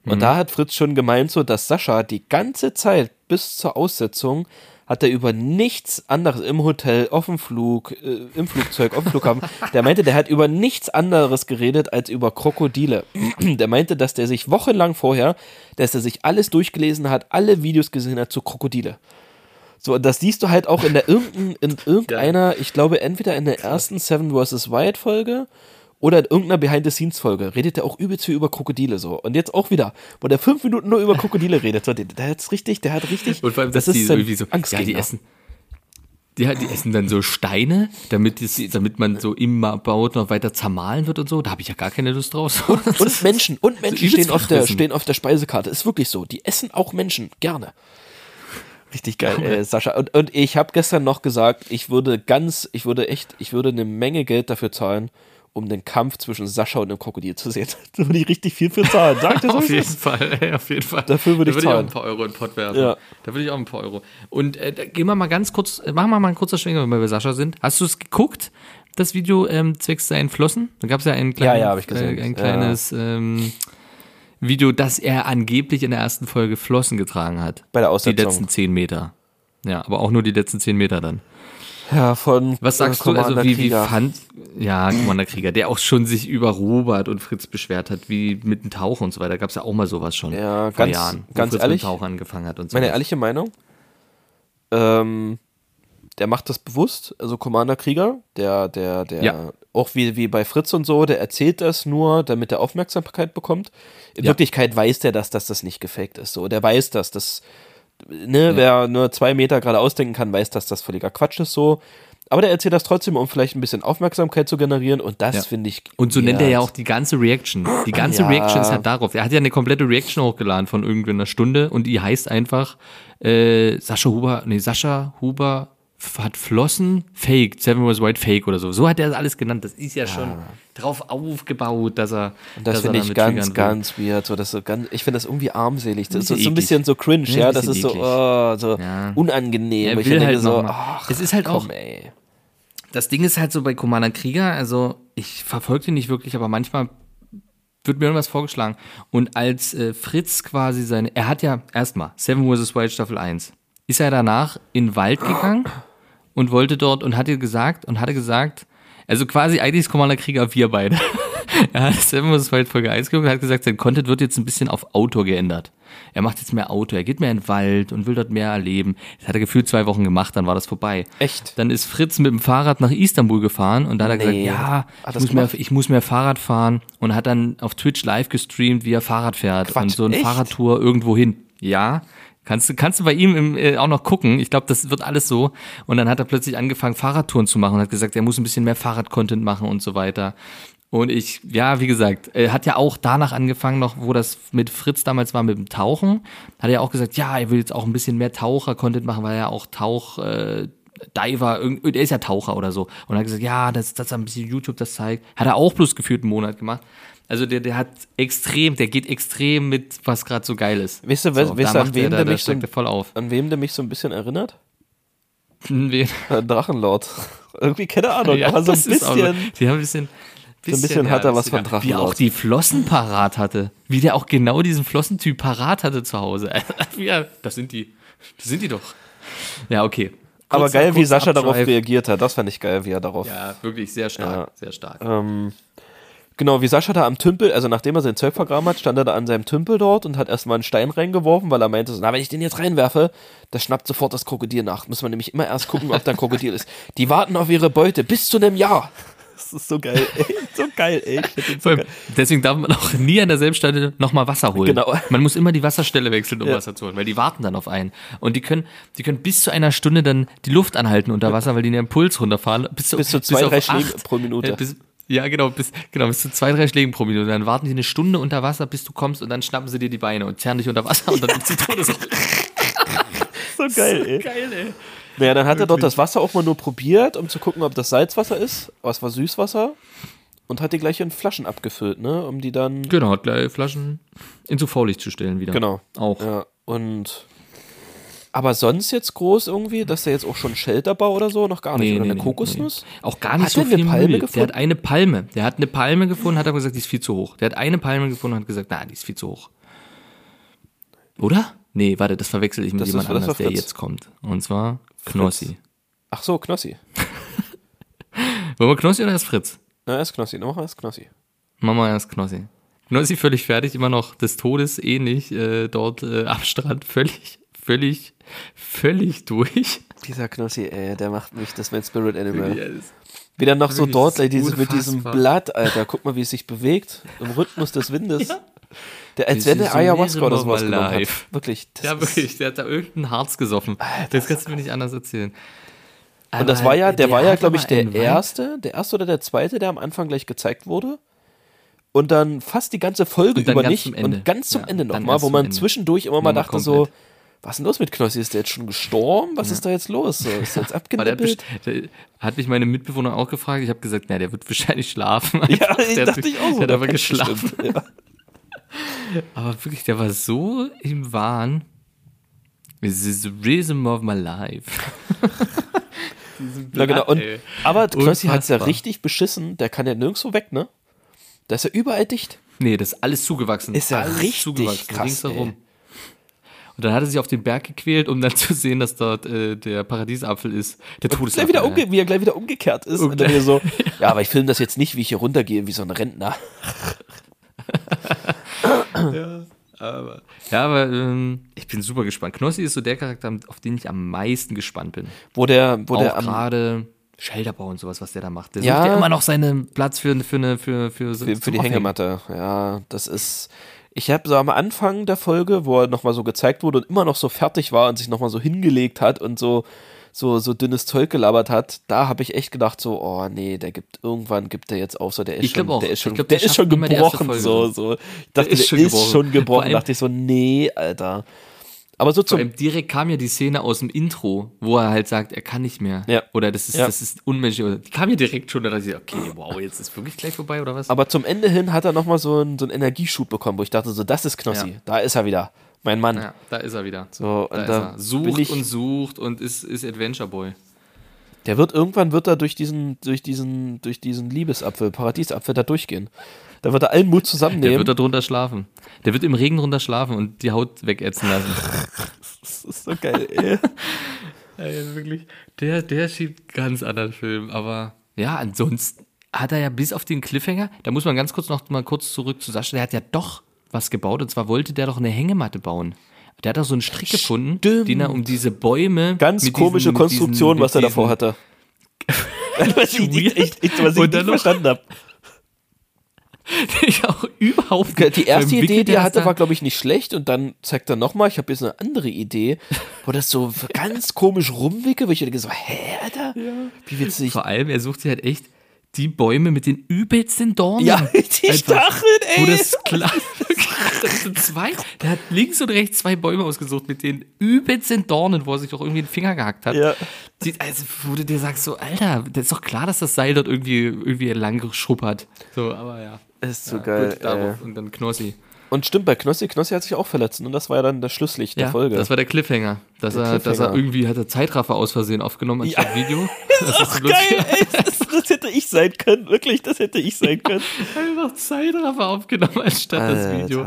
Speaker 2: Und da hat Fritz schon gemeint, so dass Sascha die ganze Zeit bis zur Aussetzung hat er über nichts anderes im Hotel, auf dem Flug, äh, im Flugzeug, auf dem Flughafen. Der meinte, der hat über nichts anderes geredet als über Krokodile. *clears throat* Der meinte, dass der sich wochenlang vorher, dass er sich alles durchgelesen hat, alle Videos gesehen hat zu Krokodile. So, und das siehst du halt auch in der irgendein,
Speaker 1: *laughs*
Speaker 2: in irgendeiner, ich glaube, entweder in der ersten Seven vs. Wild Folge oder in irgendeiner Behind-the-Scenes-Folge redet er auch übelst viel über Krokodile so. Und jetzt auch wieder, wo der fünf Minuten nur über Krokodile redet. So, der, der hat's richtig, der hat richtig.
Speaker 1: Und vor allem, dass das die so
Speaker 2: sein
Speaker 1: irgendwie so, ja, die
Speaker 2: Angstgegner.
Speaker 1: essen. Die, die essen dann so Steine, damit, es, damit man so im Bau noch weiter zermahlen wird und so. Da habe ich ja gar keine Lust drauf. *laughs*
Speaker 2: Und Menschen, und Menschen
Speaker 1: übelst
Speaker 2: stehen, auf der,
Speaker 1: Fachwissen.
Speaker 2: stehen auf der Speisekarte. Ist wirklich so. Die essen auch Menschen, gerne. Richtig geil, äh, Sascha. Und, und ich habe gestern noch gesagt, ich würde ganz, ich würde echt, ich würde eine Menge Geld dafür zahlen, um den Kampf zwischen Sascha und dem Krokodil zu sehen. *laughs* Da würde ich richtig viel für zahlen. Sagt *laughs* ihr
Speaker 1: *laughs*
Speaker 2: so?
Speaker 1: auf
Speaker 2: wie
Speaker 1: jeden
Speaker 2: es ist?
Speaker 1: Fall, ey, auf jeden Fall.
Speaker 2: Dafür würde ich
Speaker 1: da würde ich auch
Speaker 2: zahlen.
Speaker 1: ein paar Euro in den Pott werfen.
Speaker 2: Ja.
Speaker 1: Da würde ich auch ein paar Euro. Und äh, da gehen wir mal ganz kurz, äh, machen wir mal einen kurzen Schwenker, wenn wir bei Sascha sind. Hast du es geguckt, das Video ähm, zwecks seinen Flossen? Da gab es ja einen kleinen,
Speaker 2: ja, hab ich gesehen.
Speaker 1: Äh, ein
Speaker 2: Ja.
Speaker 1: kleines ähm, Video, dass er angeblich in der ersten Folge Flossen getragen hat.
Speaker 2: Bei der
Speaker 1: Die
Speaker 2: Aussetzung.
Speaker 1: letzten zehn Meter. Ja, aber auch nur die letzten zehn Meter dann.
Speaker 2: Ja, von
Speaker 1: Was sagst
Speaker 2: äh,
Speaker 1: du, also
Speaker 2: Commander
Speaker 1: wie, wie
Speaker 2: Krieger.
Speaker 1: fand, ja, Commander Krieger, der auch schon sich über Robert und Fritz beschwert hat, wie mit dem Tauchen und so weiter, gab es ja auch mal sowas schon.
Speaker 2: Ja,
Speaker 1: vor
Speaker 2: ganz-
Speaker 1: Jahren, wo
Speaker 2: ganz
Speaker 1: Fritz
Speaker 2: ehrlich,
Speaker 1: mit dem Tauchen angefangen hat und so.
Speaker 2: Meine ehrliche Meinung, ähm, der macht das bewusst, also Commander Krieger, der, der, der,
Speaker 1: Ja.
Speaker 2: auch wie, wie bei Fritz und so, der erzählt das nur, damit er Aufmerksamkeit bekommt. In
Speaker 1: Ja.
Speaker 2: Wirklichkeit weiß der das, dass das nicht gefaked ist, so. Der weiß das, dass, ne, wer nur zwei Meter gerade ausdenken kann, weiß, dass das völliger Quatsch ist, so. Aber der erzählt das trotzdem, um vielleicht ein bisschen Aufmerksamkeit zu generieren und das
Speaker 1: Ja.
Speaker 2: finde ich.
Speaker 1: Und so nennt er ja
Speaker 2: genial.
Speaker 1: auch die ganze Reaction. Die ganze
Speaker 2: Ja.
Speaker 1: Reaction ist halt darauf. Er hat ja eine komplette Reaction hochgeladen von irgendeiner Stunde und die heißt einfach äh, Sascha Huber, nee, Sascha Huber f- hat Flossen, Fake, Seven Was White Fake oder so. So hat er das alles genannt. Das ist ja schon drauf aufgebaut, dass er.
Speaker 2: Das
Speaker 1: dass er
Speaker 2: finde ich
Speaker 1: damit
Speaker 2: ganz,
Speaker 1: triggern will.
Speaker 2: ganz weird. So, das so ganz, ich finde das irgendwie armselig. Das ist
Speaker 1: Bisschen
Speaker 2: so, so ein
Speaker 1: eklig.
Speaker 2: bisschen so cringe,
Speaker 1: Ja,
Speaker 2: ja.
Speaker 1: ein
Speaker 2: Das
Speaker 1: bisschen
Speaker 2: ist so,
Speaker 1: eklig.
Speaker 2: oh, so
Speaker 1: Ja.
Speaker 2: unangenehm.
Speaker 1: Er
Speaker 2: Wo ich
Speaker 1: will
Speaker 2: denke
Speaker 1: halt
Speaker 2: so,
Speaker 1: noch mal.
Speaker 2: ach,
Speaker 1: Es ist halt
Speaker 2: komm,
Speaker 1: auch-
Speaker 2: Ey.
Speaker 1: Das Ding ist halt so bei Commander Krieger, also ich verfolge den nicht wirklich, aber manchmal wird mir irgendwas vorgeschlagen. Und als äh, Fritz quasi seine, er hat ja erstmal Seven vs. Wild Staffel 1, ist er danach in den Wald gegangen und wollte dort und hatte gesagt und hatte gesagt, also quasi eigentlich ist Commander Krieger wir beide. *laughs* er hat Seven vs. Wild Folge 1 geguckt und hat gesagt, sein Content wird jetzt ein bisschen auf Outdoor geändert. Er macht jetzt mehr Outdoor, er geht mehr in den Wald und will dort mehr erleben. Das hat er gefühlt zwei Wochen gemacht, dann war das vorbei.
Speaker 2: Echt?
Speaker 1: Dann ist Fritz mit dem Fahrrad nach Istanbul gefahren und da hat er
Speaker 2: Nee.
Speaker 1: gesagt, ja,
Speaker 2: Hat
Speaker 1: ich
Speaker 2: das
Speaker 1: muss, mehr,
Speaker 2: gemacht?
Speaker 1: ich muss mehr Fahrrad fahren und hat dann auf Twitch live gestreamt, wie er Fahrrad fährt
Speaker 2: Quatsch,
Speaker 1: und so eine
Speaker 2: echt?
Speaker 1: Fahrradtour irgendwo hin. Ja, kannst du kannst du bei ihm im, äh, auch noch gucken. Ich glaube, das wird alles so und dann hat er plötzlich angefangen Fahrradtouren zu machen und hat gesagt, er muss ein bisschen mehr Fahrradcontent machen und so weiter. Und ich, ja, wie gesagt, äh, hat ja auch danach angefangen, noch wo das mit Fritz damals war mit dem Tauchen, hat er ja auch gesagt, ja, er will jetzt auch ein bisschen mehr Taucher-Content machen, weil er auch Tauch äh, Diver, irgend- er ist ja Taucher oder so. Und hat gesagt, ja, das, das ein bisschen YouTube das zeigt. Hat er auch bloß gefühlt einen Monat gemacht. Also der, der hat extrem, der geht extrem mit, was gerade so geil ist.
Speaker 2: Weißt du, weißt,
Speaker 1: So,
Speaker 2: weißt du
Speaker 1: da
Speaker 2: an,
Speaker 1: macht er,
Speaker 2: wem
Speaker 1: da,
Speaker 2: der
Speaker 1: da
Speaker 2: mich so,
Speaker 1: steckt er voll auf. *laughs*
Speaker 2: an wem der mich so ein bisschen erinnert?
Speaker 1: Wir-
Speaker 2: An Drachenlord. *laughs* Irgendwie, keine
Speaker 1: *laughs*
Speaker 2: Ahnung,
Speaker 1: ja,
Speaker 2: aber so ein
Speaker 1: das ist auch so.
Speaker 2: bisschen.
Speaker 1: Die haben ein bisschen.
Speaker 2: bisschen hat er was
Speaker 1: bisschen-
Speaker 2: von Drachen
Speaker 1: Wie er auch
Speaker 2: drauf.
Speaker 1: die Flossen parat hatte. Wie der auch genau diesen Flossentyp parat hatte zu Hause. *laughs* ja, das sind die. Das sind die doch. Ja, okay.
Speaker 2: Aber
Speaker 1: Kurz-
Speaker 2: geil, wie
Speaker 1: kurz
Speaker 2: Sascha darauf
Speaker 1: Abdrive.
Speaker 2: reagiert hat. Das fand ich geil, wie er darauf
Speaker 1: Ja, wirklich sehr stark.
Speaker 2: Ja.
Speaker 1: Sehr stark.
Speaker 2: Ähm, genau, wie Sascha da am Tümpel, also nachdem er sein Zeug vergraben hat, stand er da an seinem Tümpel dort und hat erstmal einen Stein reingeworfen, weil er meinte, so, na, wenn ich den jetzt reinwerfe, das schnappt sofort das Krokodil nach. Muss man nämlich immer erst gucken, ob da ein Krokodil ist. Die warten auf ihre Beute bis zu einem Jahr. Das ist so geil, ey. So geil, ey. Ich hätte den so
Speaker 1: Vor
Speaker 2: geil.
Speaker 1: allem, deswegen darf man auch nie an derselben Stelle nochmal Wasser holen.
Speaker 2: Genau.
Speaker 1: *laughs* Man muss immer die Wasserstelle wechseln, um
Speaker 2: Ja.
Speaker 1: Wasser zu holen, weil die warten dann auf einen. Und die können, die können bis zu einer Stunde dann die Luft anhalten unter Wasser, weil die den Impuls runterfahren. Bis zu,
Speaker 2: Bis zu zwei,
Speaker 1: auf
Speaker 2: drei Schlägen
Speaker 1: acht.
Speaker 2: pro Minute.
Speaker 1: Äh, bis, ja, genau bis, genau, bis zu zwei, drei Schlägen pro Minute. Dann warten die eine Stunde unter Wasser, bis du kommst und dann schnappen sie dir die Beine und zerren dich unter Wasser und dann
Speaker 2: *laughs*
Speaker 1: gibt's die Todesursache.
Speaker 2: So geil, ey.
Speaker 1: Geil, ey.
Speaker 2: Naja, dann hat er dort das Wasser auch mal nur probiert, um zu gucken, ob das Salzwasser ist. Aber es war Süßwasser. Und hat die gleich in Flaschen abgefüllt, ne? Um die dann
Speaker 1: Genau, hat gleich Flaschen ins UV-Licht zu stellen wieder.
Speaker 2: Genau.
Speaker 1: Auch.
Speaker 2: Ja, und. Aber sonst jetzt groß irgendwie, dass der jetzt auch schon Shelterbau oder so, noch gar nicht. oder eine Kokosnuss?
Speaker 1: nee. Auch gar nicht
Speaker 2: Hat
Speaker 1: so
Speaker 2: der eine
Speaker 1: viel
Speaker 2: Palme
Speaker 1: Müll. Der
Speaker 2: gefunden?
Speaker 1: hat eine Palme. Der hat eine Palme gefunden, hat aber gesagt, die ist viel zu hoch. Der hat eine Palme gefunden und hat gesagt, na, die ist viel zu hoch. Oder? Nee, warte, das verwechsel ich mit
Speaker 2: Das ist-
Speaker 1: jemand
Speaker 2: das war
Speaker 1: anders, der
Speaker 2: Fritz.
Speaker 1: jetzt kommt. Und zwar Knossi.
Speaker 2: Ach so, Knossi.
Speaker 1: Wollen wir Knossi oder erst Fritz?
Speaker 2: Na, er ist Knossi, noch er ist Knossi.
Speaker 1: Machen wir erst Knossi. Knossi völlig fertig, immer noch des Todes ähnlich, äh, dort äh, am Strand, völlig, völlig, völlig durch.
Speaker 2: Dieser Knossi, ey, der macht mich, das ist mein Spirit Animal.
Speaker 1: Yes.
Speaker 2: Wie der noch so
Speaker 1: Wirklich,
Speaker 2: dort,
Speaker 1: das
Speaker 2: ey,
Speaker 1: ist
Speaker 2: diese, mit diesem
Speaker 1: unfassbar.
Speaker 2: Blatt, Alter. Guck mal, wie es sich bewegt. Im Rhythmus des
Speaker 1: *laughs*
Speaker 2: Windes. Der, als
Speaker 1: This
Speaker 2: wenn
Speaker 1: is
Speaker 2: der
Speaker 1: the
Speaker 2: Ayahuasca oder
Speaker 1: rhythm of
Speaker 2: sowas
Speaker 1: my
Speaker 2: genommen hat.
Speaker 1: life.
Speaker 2: Wirklich. Das
Speaker 1: Ja,
Speaker 2: ist-
Speaker 1: wirklich, der hat da irgendein Harz gesoffen. das kannst du mir nicht anders erzählen.
Speaker 2: Und das
Speaker 1: Aber
Speaker 2: war ja, der, war ja,
Speaker 1: hat
Speaker 2: glaube ich,
Speaker 1: aber
Speaker 2: der
Speaker 1: einen Vibe.
Speaker 2: erste, der erste oder der zweite, der am Anfang gleich gezeigt wurde. Und dann fast die ganze Folge
Speaker 1: Und dann
Speaker 2: über
Speaker 1: ganz
Speaker 2: nicht.
Speaker 1: zum Ende.
Speaker 2: Und ganz zum
Speaker 1: Ja,
Speaker 2: Ende
Speaker 1: dann
Speaker 2: nochmal,
Speaker 1: erst
Speaker 2: wo
Speaker 1: zum
Speaker 2: man
Speaker 1: Ende.
Speaker 2: zwischendurch immer mal
Speaker 1: Nochmal
Speaker 2: dachte so, was ist denn los mit Knossi? Ist der jetzt schon gestorben? Was ist da jetzt los?
Speaker 1: *laughs*
Speaker 2: So, Ist der jetzt
Speaker 1: Aber der hat,
Speaker 2: abgenippelt?
Speaker 1: best- der hat mich meine Mitbewohner auch gefragt. Ich habe gesagt, na, der wird *laughs* wahrscheinlich schlafen.
Speaker 2: Ja,
Speaker 1: Der
Speaker 2: ich
Speaker 1: hat-
Speaker 2: dachte ich auch
Speaker 1: Der
Speaker 2: so.
Speaker 1: hat
Speaker 2: der
Speaker 1: aber
Speaker 2: kennt's
Speaker 1: geschlafen.
Speaker 2: bestimmt. Ja.
Speaker 1: Aber wirklich, der war so im Wahn. This is the rhythm of my life. *laughs*
Speaker 2: Na genau.
Speaker 1: Blatt,
Speaker 2: Und,
Speaker 1: ey.
Speaker 2: aber Knossi hat's ja
Speaker 1: Unfassbar.
Speaker 2: richtig beschissen. Der kann ja nirgendwo weg, ne? Da ist ja überall dicht.
Speaker 1: Nee, das ist alles zugewachsen.
Speaker 2: Ist ja
Speaker 1: alles
Speaker 2: richtig
Speaker 1: zugewachsen.
Speaker 2: krass,
Speaker 1: ringsherum.
Speaker 2: ey.
Speaker 1: Und Und dann hat er sich auf den Berg gequält, um dann *laughs* zu sehen, dass dort äh, der Paradiesapfel ist. Um Der
Speaker 2: Gleich
Speaker 1: Todesapfel.
Speaker 2: wieder
Speaker 1: ja.
Speaker 2: umge wie er gleich wieder umgekehrt ist. Und dann
Speaker 1: *laughs*
Speaker 2: wieder so, ja, aber ich filme das jetzt nicht, wie ich hier runtergehe, wie so ein Rentner.
Speaker 1: Ja, aber ähm, ich bin super gespannt. Knossi ist so der Charakter, auf den ich am meisten gespannt bin.
Speaker 2: Wo der, wo der
Speaker 1: Auch
Speaker 2: am,
Speaker 1: gerade Shelterbau und sowas, was der da macht. Der
Speaker 2: Ja.
Speaker 1: sucht ja immer noch seinen Platz für, für, eine, für, für,
Speaker 2: für, für die Hängematte. Ja, das ist. Ich habe so am Anfang der Folge, wo er nochmal so gezeigt wurde und immer noch so fertig war und sich nochmal so hingelegt hat und so, so, so dünnes Zeug gelabert hat, da habe ich echt gedacht so, oh nee, der gibt irgendwann gibt der jetzt auf, so der ist
Speaker 1: Ich glaub
Speaker 2: schon,
Speaker 1: auch.
Speaker 2: der ist schon,
Speaker 1: Ich glaub,
Speaker 2: der
Speaker 1: der
Speaker 2: ist schon
Speaker 1: schafft immer die erste
Speaker 2: gebrochen,
Speaker 1: Folge
Speaker 2: so,
Speaker 1: so.
Speaker 2: so. Ich dachte, der ist schon gebrochen,
Speaker 1: Vor allem-
Speaker 2: dachte ich so, nee, Alter. Aber so
Speaker 1: Vor
Speaker 2: zum
Speaker 1: allem Ähm, direkt kam ja die Szene aus dem Intro, wo er halt sagt, er kann nicht mehr.
Speaker 2: Ja.
Speaker 1: Oder das ist,
Speaker 2: Ja.
Speaker 1: das ist unmenschlich. Oder- Die kam ja direkt schon, da dachte ich, okay, wow, jetzt ist wirklich gleich vorbei oder was?
Speaker 2: Aber zum Ende hin hat er nochmal so einen, so einen Energieschub bekommen, wo ich dachte, so, das ist Knossi.
Speaker 1: Ja.
Speaker 2: Da ist er wieder. Mein Mann.
Speaker 1: ja, da ist er wieder.
Speaker 2: So, und
Speaker 1: da ist
Speaker 2: da
Speaker 1: er.
Speaker 2: bin
Speaker 1: Sucht
Speaker 2: ich-
Speaker 1: und sucht und ist, ist Adventure Boy.
Speaker 2: Der wird irgendwann wird er durch diesen, durch diesen, durch diesen Liebesapfel, Paradiesapfel da durchgehen. Da wird er allen
Speaker 1: Der
Speaker 2: Mut zusammennehmen.
Speaker 1: wird da drunter schlafen. Der wird im Regen drunter schlafen und die Haut wegätzen lassen.
Speaker 2: das ist so geil, ey.
Speaker 1: *laughs*
Speaker 2: also
Speaker 1: Ey, wirklich. Der, der schiebt ganz anderen Film, aber ja, ansonsten hat er ja bis auf den Cliffhanger, da muss man ganz kurz noch mal kurz zurück zu Sascha, der hat ja doch was gebaut und zwar wollte der doch eine Hängematte bauen. Der hat doch so einen Strick gefunden,
Speaker 2: Stimmt.
Speaker 1: den er um diese Bäume.
Speaker 2: Ganz
Speaker 1: mit
Speaker 2: komische
Speaker 1: diesen- mit diesen-
Speaker 2: Konstruktion,
Speaker 1: mit
Speaker 2: was er davor
Speaker 1: diesen- *laughs*
Speaker 2: hatte. was ich, nicht- ich, ich, was ich
Speaker 1: Und
Speaker 2: nicht
Speaker 1: dann noch-
Speaker 2: verstanden habe.
Speaker 1: ich auch überhaupt nicht.
Speaker 2: Die
Speaker 1: *laughs*
Speaker 2: erste
Speaker 1: Beim
Speaker 2: Idee,
Speaker 1: Wickel,
Speaker 2: die er
Speaker 1: das
Speaker 2: hatte,
Speaker 1: da-
Speaker 2: war, glaube ich, nicht schlecht. Und dann zeigt er nochmal, ich habe jetzt eine andere Idee,
Speaker 1: *laughs*
Speaker 2: wo das so ganz komisch rumwickelt, wo ich denke so, hä, Alter? Wie witzig.
Speaker 1: Vor allem, er sucht sich halt echt die Bäume mit den übelsten Dornen.
Speaker 2: Ja, *laughs* die Stacheln, ey.
Speaker 1: Wo das klar. *laughs* Das sind zwei. Der hat links und rechts zwei Bäume ausgesucht mit den übelsten Dornen, wo er sich doch irgendwie den Finger gehackt hat.
Speaker 2: Ja.
Speaker 1: Die, also, wo du dir sagst, so, Alter, das ist doch klar, dass das Seil dort irgendwie, irgendwie lang geschuppert. So, aber ja.
Speaker 2: Ist so
Speaker 1: ja,
Speaker 2: geil.
Speaker 1: gut,
Speaker 2: ey.
Speaker 1: darauf. Und dann Knossi.
Speaker 2: Äh, Und stimmt, bei Knossi, Knossi hat sich auch verletzt und das war ja dann das Schlusslicht der
Speaker 1: ja,
Speaker 2: Folge.
Speaker 1: Das war der Cliffhanger. Dass,
Speaker 2: Der
Speaker 1: er, dass er
Speaker 2: Cliffhanger.
Speaker 1: irgendwie hat er Zeitraffer aus Versehen aufgenommen anstatt
Speaker 2: Ja.
Speaker 1: Video.
Speaker 2: *laughs* Das ist auch
Speaker 1: bloß-
Speaker 2: geil, ey. Das, das hätte ich sein können. Wirklich, das hätte ich sein können.
Speaker 1: einfach Zeitraffer aufgenommen anstatt
Speaker 2: Alter.
Speaker 1: das Video.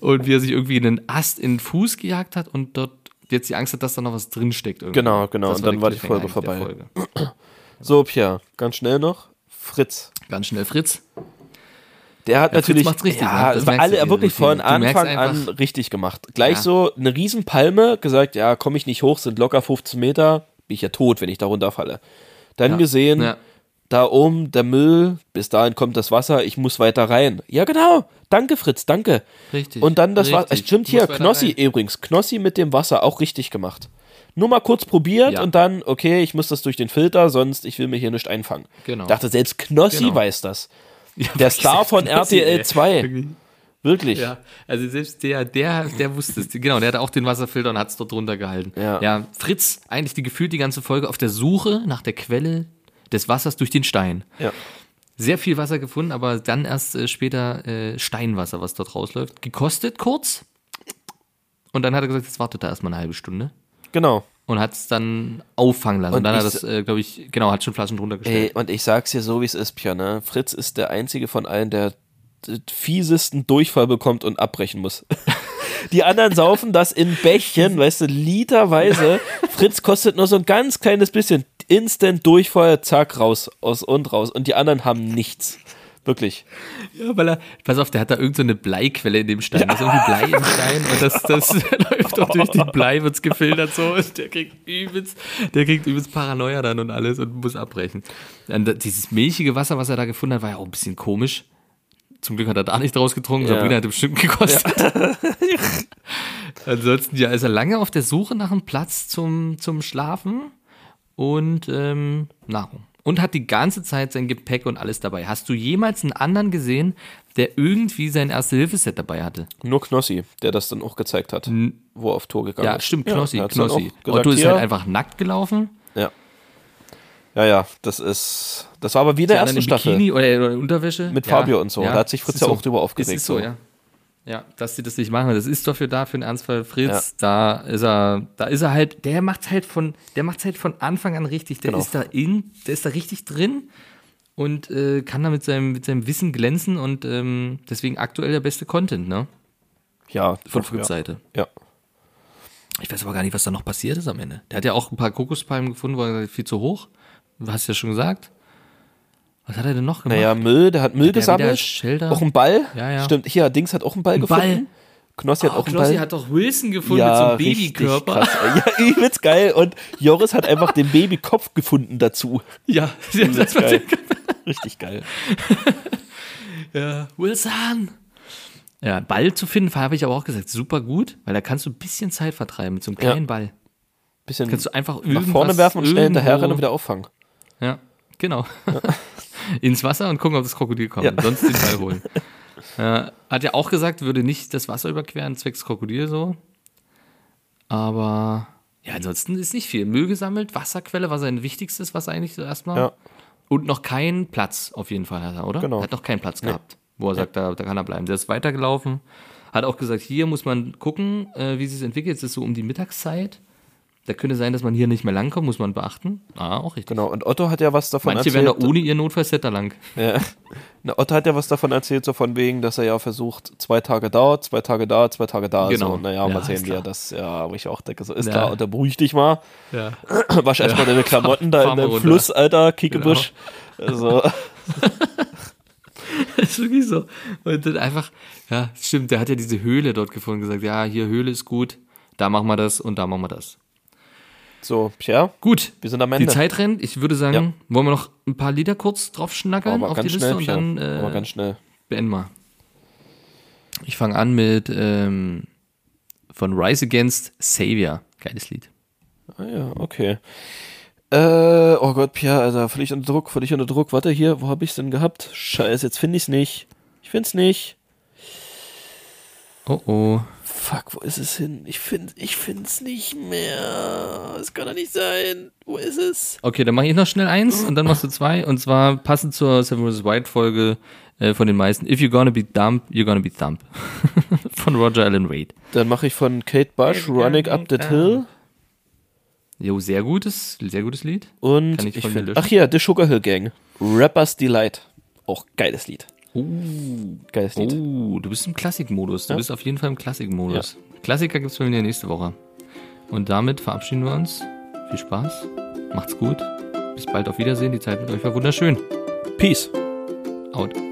Speaker 1: Und wie er sich irgendwie einen Ast in den Fuß gejagt hat und dort jetzt die Angst hat, dass da noch was drinsteckt. irgendwie.
Speaker 2: Genau, genau.
Speaker 1: Das
Speaker 2: Und dann
Speaker 1: der
Speaker 2: war die
Speaker 1: Cliffhanger
Speaker 2: Folge
Speaker 1: eigentlich der
Speaker 2: vorbei. *laughs* So, Pierre, ganz schnell noch. Fritz.
Speaker 1: Ganz schnell Fritz.
Speaker 2: Der hat
Speaker 1: Ja, Fritz
Speaker 2: natürlich.
Speaker 1: macht's richtig,
Speaker 2: ja,
Speaker 1: ne? Das
Speaker 2: das war
Speaker 1: merkst
Speaker 2: alle
Speaker 1: du dir,
Speaker 2: wirklich
Speaker 1: das merkst
Speaker 2: von
Speaker 1: du. Du merkst
Speaker 2: Anfang an richtig gemacht. Gleich
Speaker 1: Ja.
Speaker 2: so eine Riesenpalme gesagt, ja, komme ich nicht hoch, sind locker 15 Meter, bin ich ja tot, wenn ich da runterfalle. Dann gesehen,
Speaker 1: Ja.
Speaker 2: da oben der Müll, bis dahin kommt das Wasser, ich muss weiter rein. Ja, genau. Danke, Fritz, danke.
Speaker 1: Richtig.
Speaker 2: Und dann das Wasser.
Speaker 1: Richtig.
Speaker 2: Stimmt
Speaker 1: Muss
Speaker 2: hier,
Speaker 1: weiter
Speaker 2: Knossi
Speaker 1: rein.
Speaker 2: übrigens. Knossi mit dem Wasser auch richtig gemacht. Nur mal kurz probiert
Speaker 1: Ja.
Speaker 2: und dann, okay, ich muss das durch den Filter, sonst ich will mir hier nicht einfangen.
Speaker 1: Genau.
Speaker 2: Dachte, selbst Knossi
Speaker 1: Genau.
Speaker 2: weiß das.
Speaker 1: Ja,
Speaker 2: Der Star von
Speaker 1: Knossi,
Speaker 2: RTL 2.
Speaker 1: Wirklich.
Speaker 2: Wirklich.
Speaker 1: Ja, also selbst der, der, der wusste es. Genau, der hatte auch den Wasserfilter und hat es dort drunter gehalten.
Speaker 2: Ja.
Speaker 1: Fritz, eigentlich die gefühlt die ganze Folge auf der Suche nach der Quelle des Wassers durch den Stein.
Speaker 2: Ja.
Speaker 1: Sehr viel Wasser gefunden, aber dann erst äh, später äh, Steinwasser, was dort rausläuft. Gekostet kurz. Und dann hat er gesagt, jetzt wartet er erstmal eine halbe Stunde.
Speaker 2: Genau.
Speaker 1: Und hat es dann auffangen lassen. Und,
Speaker 2: Und
Speaker 1: dann hat
Speaker 2: ich-
Speaker 1: er das, äh, glaube ich, genau, hat schon Flaschen drunter gestellt.
Speaker 2: Ey, und ich sag's dir so, wie es ist, Pierre, ne? Fritz ist der einzige von allen, der d- fiesesten Durchfall bekommt und abbrechen muss. *laughs* Die anderen saufen das in
Speaker 1: *laughs*
Speaker 2: Bächen, weißt du, literweise. Fritz kostet nur so ein ganz kleines bisschen. Instant Durchfall, zack, raus, aus und raus. Und die anderen haben nichts. Wirklich.
Speaker 1: Ja, *laughs* weil er, pass auf, der hat da irgendeine so eine Bleiquelle in dem Stein. Da ist irgendwie Blei im Stein und das, das läuft doch durch die Blei, wird's gefiltert so. Und der kriegt übelst, der kriegt übelst Paranoia dann und alles und muss abbrechen. Dann da- dieses milchige Wasser, was er da gefunden hat, war ja auch ein bisschen komisch. Zum Glück hat er da nicht draus getrunken,
Speaker 2: Ja.
Speaker 1: Sabrina hat bestimmt gekostet. *laughs* Ansonsten, ja, ist er lange auf der Suche nach einem Platz zum, zum Schlafen und ähm, Nahrung. Und hat die ganze Zeit sein Gepäck und alles dabei. Hast du jemals einen anderen gesehen, der irgendwie sein Erste-Hilfe-Set dabei hatte?
Speaker 2: Nur Knossi, der das dann auch gezeigt hat, wo er auf Tour gegangen
Speaker 1: Ja,
Speaker 2: ist.
Speaker 1: stimmt, Knossi,
Speaker 2: Also, er hat's dann
Speaker 1: Knossi.
Speaker 2: auch Gesagt,
Speaker 1: Otto ist halt
Speaker 2: hier.
Speaker 1: einfach nackt gelaufen.
Speaker 2: Ja. ja, ja, das ist. Das war aber wie in der
Speaker 1: dann
Speaker 2: ersten
Speaker 1: im
Speaker 2: Staffel.
Speaker 1: Bikini oder, oder Unterwäsche.
Speaker 2: Mit Fabio und so. Da hat sich
Speaker 1: es
Speaker 2: Fritz
Speaker 1: ist
Speaker 2: ja auch drüber aufgeregt,
Speaker 1: Es Ist so,
Speaker 2: so.
Speaker 1: ja. Ja, dass sie das nicht machen. Das ist dafür da für den Ernstfall Fritz. Da ist er, da ist er halt, der macht's halt von, der macht's halt von Anfang an richtig. Der
Speaker 2: Genau.
Speaker 1: ist da in, der ist da richtig drin und äh, kann da mit seinem, mit seinem Wissen glänzen und ähm, deswegen aktuell der beste Content, ne?
Speaker 2: Ja,
Speaker 1: Von
Speaker 2: ja.
Speaker 1: Fritz Seite.
Speaker 2: Ja.
Speaker 1: Ich weiß aber gar nicht, was da noch passiert ist am Ende. Der hat ja auch ein paar Kokospalmen gefunden, weil viel zu hoch. Hast du ja schon gesagt. Was hat er denn noch gemacht?
Speaker 2: Naja, Müll, der hat Müll
Speaker 1: der wieder
Speaker 2: gesammelt.
Speaker 1: Schilder.
Speaker 2: Auch einen Ball.
Speaker 1: Ja, ja.
Speaker 2: Stimmt, hier, Dings hat auch einen Ball
Speaker 1: Ein
Speaker 2: gefunden.
Speaker 1: Ball.
Speaker 2: Knossi hat
Speaker 1: oh,
Speaker 2: auch einen
Speaker 1: Knossi
Speaker 2: Ball.
Speaker 1: hat doch Wilson gefunden mit so einem
Speaker 2: richtig
Speaker 1: Babykörper.
Speaker 2: krass, ey. Ja, übelst geil. Und Joris hat einfach den Babykopf
Speaker 1: *laughs*
Speaker 2: gefunden dazu.
Speaker 1: *laughs* Ja,
Speaker 2: *laughs* Übelst geil. Richtig geil.
Speaker 1: ja. Wilson! Ja, Ball zu finden, habe ich aber auch gesagt, super gut, weil da kannst du ein bisschen Zeit vertreiben mit so einem
Speaker 2: Ja.
Speaker 1: kleinen Ball.
Speaker 2: Bisschen
Speaker 1: Kannst du einfach
Speaker 2: nach vorne werfen und schnell hinterher rennen und wieder auffangen.
Speaker 1: Ja,
Speaker 2: *laughs*
Speaker 1: genau. Ins Wasser und gucken, ob das Krokodil kommt.
Speaker 2: Ja.
Speaker 1: Und sonst den Ball holen. äh, hat ja auch gesagt, würde nicht das Wasser überqueren, zwecks Krokodil so. Aber ja, ansonsten ist nicht viel. Müll gesammelt, Wasserquelle war sein wichtigstes, was eigentlich so erstmal.
Speaker 2: Ja.
Speaker 1: Und noch keinen Platz auf jeden Fall hat er, oder?
Speaker 2: Genau.
Speaker 1: Hat noch keinen Platz gehabt, wo er sagt, da, da kann er bleiben. Der ist weitergelaufen, hat auch gesagt, hier muss man gucken, äh, wie sich entwickelt. Es ist so um die Mittagszeit. Da könnte sein, dass man hier nicht mehr langkommt, muss man beachten. Ah, auch richtig.
Speaker 2: Genau. Und Otto hat ja was davon
Speaker 1: Manche werden
Speaker 2: erzählt.
Speaker 1: da ohne ihr Notfallset da lang.
Speaker 2: Ja. Na, Otto hat ja was davon erzählt, so von wegen, dass er ja versucht, zwei Tage da, zwei Tage da, zwei Tage da.
Speaker 1: Genau.
Speaker 2: So, naja,
Speaker 1: Ja,
Speaker 2: mal sehen,
Speaker 1: ist
Speaker 2: wie
Speaker 1: klar.
Speaker 2: er das, ja, wo ich auch denke, so ist
Speaker 1: Ja.
Speaker 2: klar, Otto, beruhig dich mal.
Speaker 1: Ja.
Speaker 2: *clears throat*
Speaker 1: Genau.
Speaker 2: Wasch erstmal deine Klamotten da
Speaker 1: fahr
Speaker 2: in
Speaker 1: mal
Speaker 2: dem
Speaker 1: runter.
Speaker 2: Fluss, Alter, Kickebusch. Also,
Speaker 1: *laughs* Das ist wirklich so. Und dann einfach, ja, stimmt, der hat ja diese Höhle dort gefunden, gesagt, ja, hier Höhle ist gut, da machen wir das und da machen wir das.
Speaker 2: so, Pierre,
Speaker 1: Gut,
Speaker 2: wir sind am Ende.
Speaker 1: die Zeit rennt. Ich würde sagen,
Speaker 2: Ja.
Speaker 1: wollen wir noch ein paar Lieder kurz drauf schnackern
Speaker 2: aber
Speaker 1: auf die
Speaker 2: ganz
Speaker 1: Liste
Speaker 2: schnell,
Speaker 1: und
Speaker 2: Pierre.
Speaker 1: dann
Speaker 2: aber
Speaker 1: äh,
Speaker 2: ganz schnell.
Speaker 1: beenden wir. Ich fange an mit ähm, von Rise Against Savior. Geiles Lied.
Speaker 2: Ah ja, okay. Äh, oh Gott, Pierre, Alter, völlig unter Druck, völlig unter Druck. Warte hier, wo habe ich's denn gehabt? Scheiße, jetzt finde ich's nicht. Ich find's nicht.
Speaker 1: Oh oh.
Speaker 2: Fuck, wo ist es hin? Ich find, ich find's nicht mehr. Es kann doch nicht sein. Wo ist es?
Speaker 1: Okay, dann mache ich noch schnell eins und dann machst du zwei. Und zwar passend zur Seven vs. White Folge äh, von den meisten. If you're gonna be dumb, you're gonna be thump. *laughs* von Roger Allen Wade.
Speaker 2: Dann mache ich von Kate Bush Running Up That Hill
Speaker 1: Jo, sehr gutes, sehr gutes Lied.
Speaker 2: und
Speaker 1: Kann ich
Speaker 2: ich,
Speaker 1: von mir
Speaker 2: find,
Speaker 1: löschen?
Speaker 2: ach hier, The Sugar Hill Gang. Rapper's Delight. Auch geiles Lied.
Speaker 1: Oh,
Speaker 2: Geiles Lied.
Speaker 1: oh du bist im Klassikmodus. Du bist auf jeden Fall im Klassikmodus. Klassiker gibt's bei mir nächste Woche. Und damit verabschieden wir uns. Viel Spaß. Macht's gut. Bis bald auf Wiedersehen. Die Zeit mit euch war wunderschön.
Speaker 2: Oh, Peace.
Speaker 1: Out.